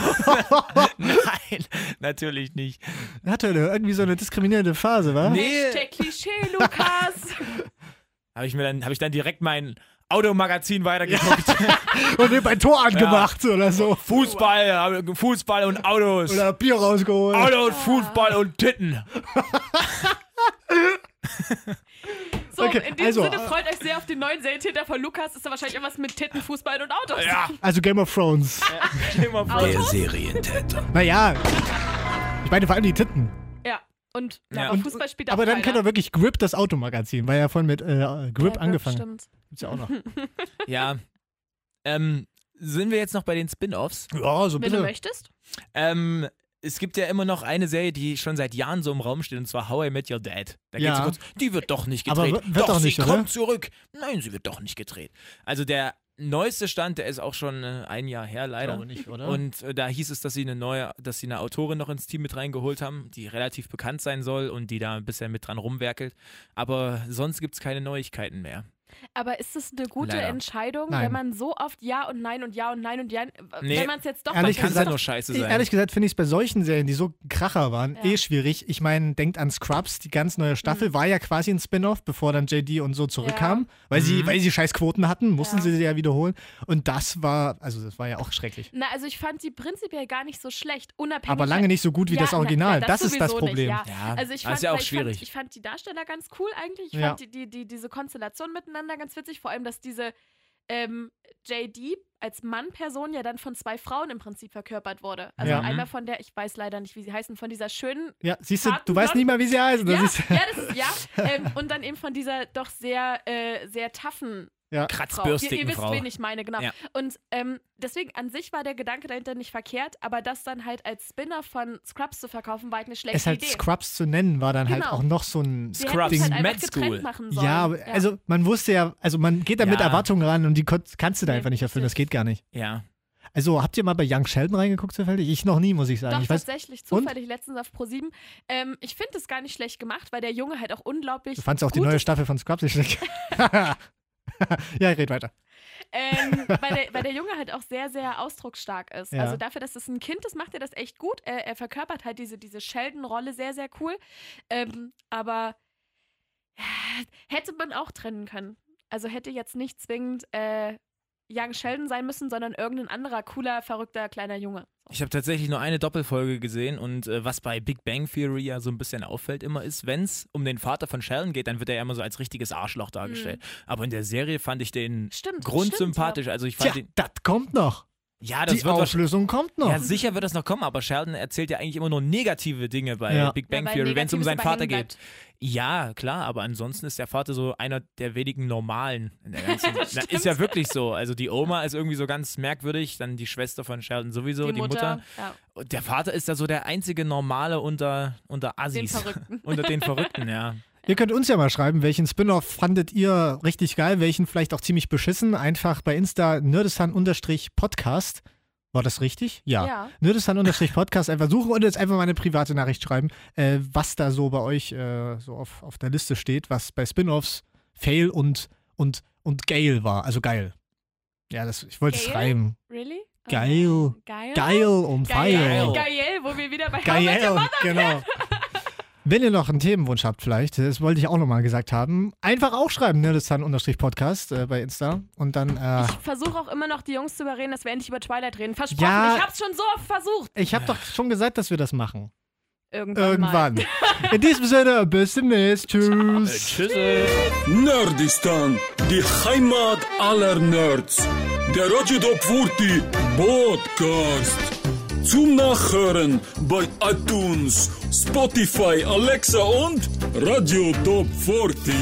S3: Nein, natürlich nicht.
S2: Hatte der irgendwie so eine diskriminierende Phase, wa?
S4: Hashtag Klischee, Lukas.
S3: Habe ich mir dann, habe ich dann direkt mein Automagazin weitergeguckt.
S2: Und mir bei Tor angemacht oder so.
S3: Fußball, hab- Fußball und Autos.
S2: Oder Bier rausgeholt.
S3: Auto
S4: Ah.
S3: und Fußball und Titten.
S4: So,
S2: Okay,
S4: in
S2: also,
S4: diesem Sinne
S2: äh,
S4: freut euch sehr auf den neuen Serientäter von Lukas. Ist da wahrscheinlich irgendwas mit Titten, Fußball und Autos.
S3: Ja,
S2: Also Game of Thrones.
S3: stell mal vor.
S5: Der Serientäter.
S2: Naja. Ich meine vor allem die Titten.
S4: Ja. Und
S3: Ja.
S4: ja. aber
S3: Und-
S4: Fußball spielt auch
S2: Aber dann kennt
S4: keiner.
S2: er wirklich Grip das Automagazin, weil er vorhin mit äh, Grip
S4: Ja,
S2: angefangen
S4: Stimmt.
S2: Gibt's ja auch noch.
S3: Ja. Ähm, sind wir jetzt noch bei den Spin-Offs?
S2: Ja, so
S4: Wenn du möchtest.
S3: Ähm, es gibt ja immer noch eine Serie, die schon seit Jahren so im Raum steht, und zwar How I Met Your Dad. Da
S2: Ja.
S3: geht's so kurz, die wird doch nicht
S2: Aber
S3: gedreht.
S2: w- wird doch
S3: sie
S2: nicht, oder?
S3: kommt zurück. Nein, sie wird doch nicht gedreht. Also der neueste Stand, der ist auch schon äh, ein Jahr her, leider.
S2: nicht, oder?
S3: Und äh, da hieß es, dass sie eine neue, dass sie eine Autorin noch ins Team mit reingeholt haben, die relativ bekannt sein soll und die da ein bisschen mit dran rumwerkelt. Aber sonst gibt es keine Neuigkeiten mehr.
S4: Aber ist es eine gute
S3: Leider.
S4: Entscheidung,
S2: Nein.
S4: wenn man so oft Ja und Nein und Ja und Nein und Ja,
S3: Nee.
S4: wenn man es jetzt doch
S2: Ehrlich
S4: macht,
S3: Kann
S4: ist
S3: ja
S4: doch-
S3: nur scheiße
S2: Ich-
S3: sein.
S2: Ehrlich gesagt finde ich es bei solchen Serien, die so Kracher waren,
S4: Ja. Mhm.
S2: eh schwierig. Ich meine, denkt an Scrubs, die ganz neue Staffel war ja quasi ein Spin-off, bevor dann JD und so zurückkamen, weil,
S4: Mhm.
S2: sie, weil sie scheiß Quoten hatten, mussten
S4: Ja.
S2: sie sie ja wiederholen. Und das war, also das war ja auch schrecklich.
S4: Na, also ich fand sie prinzipiell gar nicht so schlecht, unabhängig.
S2: Aber lange nicht so gut wie
S4: Ja,
S2: das
S4: na,
S2: Original.
S4: na,
S2: das ist das
S4: sowieso
S2: Problem.
S4: Nicht, ja.
S3: Ja,
S4: Also
S3: aber
S4: ich fand,
S3: Ah, ist ja auch
S4: ich
S3: schwierig.
S4: Fand, ich fand die Darsteller ganz cool eigentlich. Ich
S2: Ja.
S4: fand die, die, die, diese Konstellation miteinander ganz witzig. Vor allem, dass diese ähm, JD als Mann-Person ja dann von zwei Frauen im Prinzip verkörpert wurde. Also
S2: Ja.
S3: Mhm.
S4: einmal von der, ich weiß leider nicht, wie sie heißen, von dieser schönen
S2: Ja, siehst du, du
S4: Harten
S2: weißt
S4: Blond-
S2: nicht mal, wie sie heißen. Das
S4: ja,
S2: ist,
S4: ja, das ist, ja. Ähm, und dann eben von dieser doch sehr, äh, sehr taffen
S2: ja.
S4: Frau. Ihr, ihr
S3: Kratzbürstigen
S4: wisst,
S3: Frau.
S4: wen ich meine, genau.
S3: Ja.
S4: Und ähm, deswegen an sich war der Gedanke dahinter nicht verkehrt, aber das dann halt als Spinner von Scrubs zu verkaufen, war halt eine schlechte
S2: Es halt
S4: Idee.
S2: Scrubs zu nennen, war dann halt
S4: Genau.
S2: auch noch so ein
S4: Sie hätten es
S3: Scrubs,
S4: halt einfach
S3: Med
S4: getrennt
S3: School.
S4: machen sollen.
S2: Ja, aber also man wusste ja, also man geht da mit
S3: Ja.
S2: Erwartungen ran und die kon- kannst du da
S4: Nee,
S2: einfach nicht erfüllen, das geht gar nicht.
S3: Ja.
S2: Also, habt ihr mal bei Young Sheldon reingeguckt zufällig? Ich noch nie, muss ich sagen.
S4: Doch
S2: ich weiß,
S4: tatsächlich
S2: Und?
S4: zufällig letztens auf Pro7. Ähm, ich finde es gar nicht schlecht gemacht, weil der Junge halt auch unglaublich.
S2: du fandst auch die neue Staffel von Scrubs nicht schlecht. ja, red weiter.
S4: Ähm, weil, der, weil der Junge halt auch sehr, sehr ausdrucksstark ist.
S2: Ja.
S4: Also dafür, dass es ein Kind ist, macht er das echt gut. Er, er verkörpert halt diese, diese Sheldon-Rolle sehr, sehr cool. Ähm, aber äh, hätte man auch trennen können. Also hätte jetzt nicht zwingend äh, Young Sheldon sein müssen, sondern irgendein anderer cooler, verrückter kleiner Junge.
S3: Ich habe tatsächlich nur eine Doppelfolge gesehen und äh, was bei Big Bang Theory ja so ein bisschen auffällt immer ist, wenn es um den Vater von Sheldon geht, dann wird er ja immer so als richtiges Arschloch dargestellt. Aber in der Serie fand ich den
S4: Mhm. Stimmt.
S3: grundsympathisch. Also ich fand
S2: Tja,
S3: den.
S2: das kommt noch.
S3: Ja, das
S2: die
S3: wird wahrscheinlich.
S2: Auflösung kommt noch.
S3: Ja, sicher wird das noch kommen, aber Sheldon erzählt ja eigentlich immer nur negative Dinge bei
S2: Ja.
S3: Big
S4: Ja,
S3: Bang
S4: weil
S3: Theory, wenn es um
S4: Negatives
S3: seinen
S4: aber
S3: Vater
S4: hängen
S3: geht.
S4: bleibt.
S3: Ja, klar, aber ansonsten ist der Vater so einer der wenigen normalen in der ganzen.
S4: Das
S3: Na, ist
S4: stimmt.
S3: ja wirklich so. Also die Oma ist irgendwie so ganz merkwürdig, dann die Schwester von Sheldon sowieso, die, Mutter.
S4: Ja.
S3: Und der Vater ist ja so der einzige Normale unter, unter Assis.
S4: Verrückten.
S3: unter den Verrückten, ja.
S2: Ihr könnt uns ja mal schreiben, welchen Spin-off fandet ihr richtig geil, welchen vielleicht auch ziemlich beschissen. Einfach bei Insta nerdistan-podcast. War das richtig? Ja.
S4: Ja.
S2: Nerdistan-podcast einfach suchen und jetzt einfach mal eine private Nachricht schreiben, äh, was da so bei euch äh, so auf, auf der Liste steht, was bei Spin-offs fail und, und, und geil war. Also geil. Ja, das, ich wollte es
S4: Geil?
S2: reimen.
S4: Really?
S2: Geil.
S4: Geil.
S2: Geil um und fail.
S3: Geil.
S4: Geil, wo wir wieder bei How I Met Your
S2: Geil, genau. Wenn ihr noch einen Themenwunsch habt, vielleicht, das wollte ich auch nochmal gesagt haben, einfach auch schreiben, nerdistan-podcast äh, bei Insta. Und dann, äh,
S4: Ich versuche auch immer noch die Jungs zu überreden, dass wir endlich über Twilight reden. Versprochen,
S2: Ja.
S4: ich hab's schon so oft versucht.
S2: ich habe doch schon gesagt, dass wir das machen.
S4: Irgendwann. Mal.
S2: Irgendwann. In diesem Sinne, bis demnächst. Tschüss.
S3: Äh,
S1: Nerdistan, die Heimat aller Nerds. Der Roger Dobwurti Podcast. Zum Nachhören bei iTunes, Spotify, Alexa und Radio Top 40.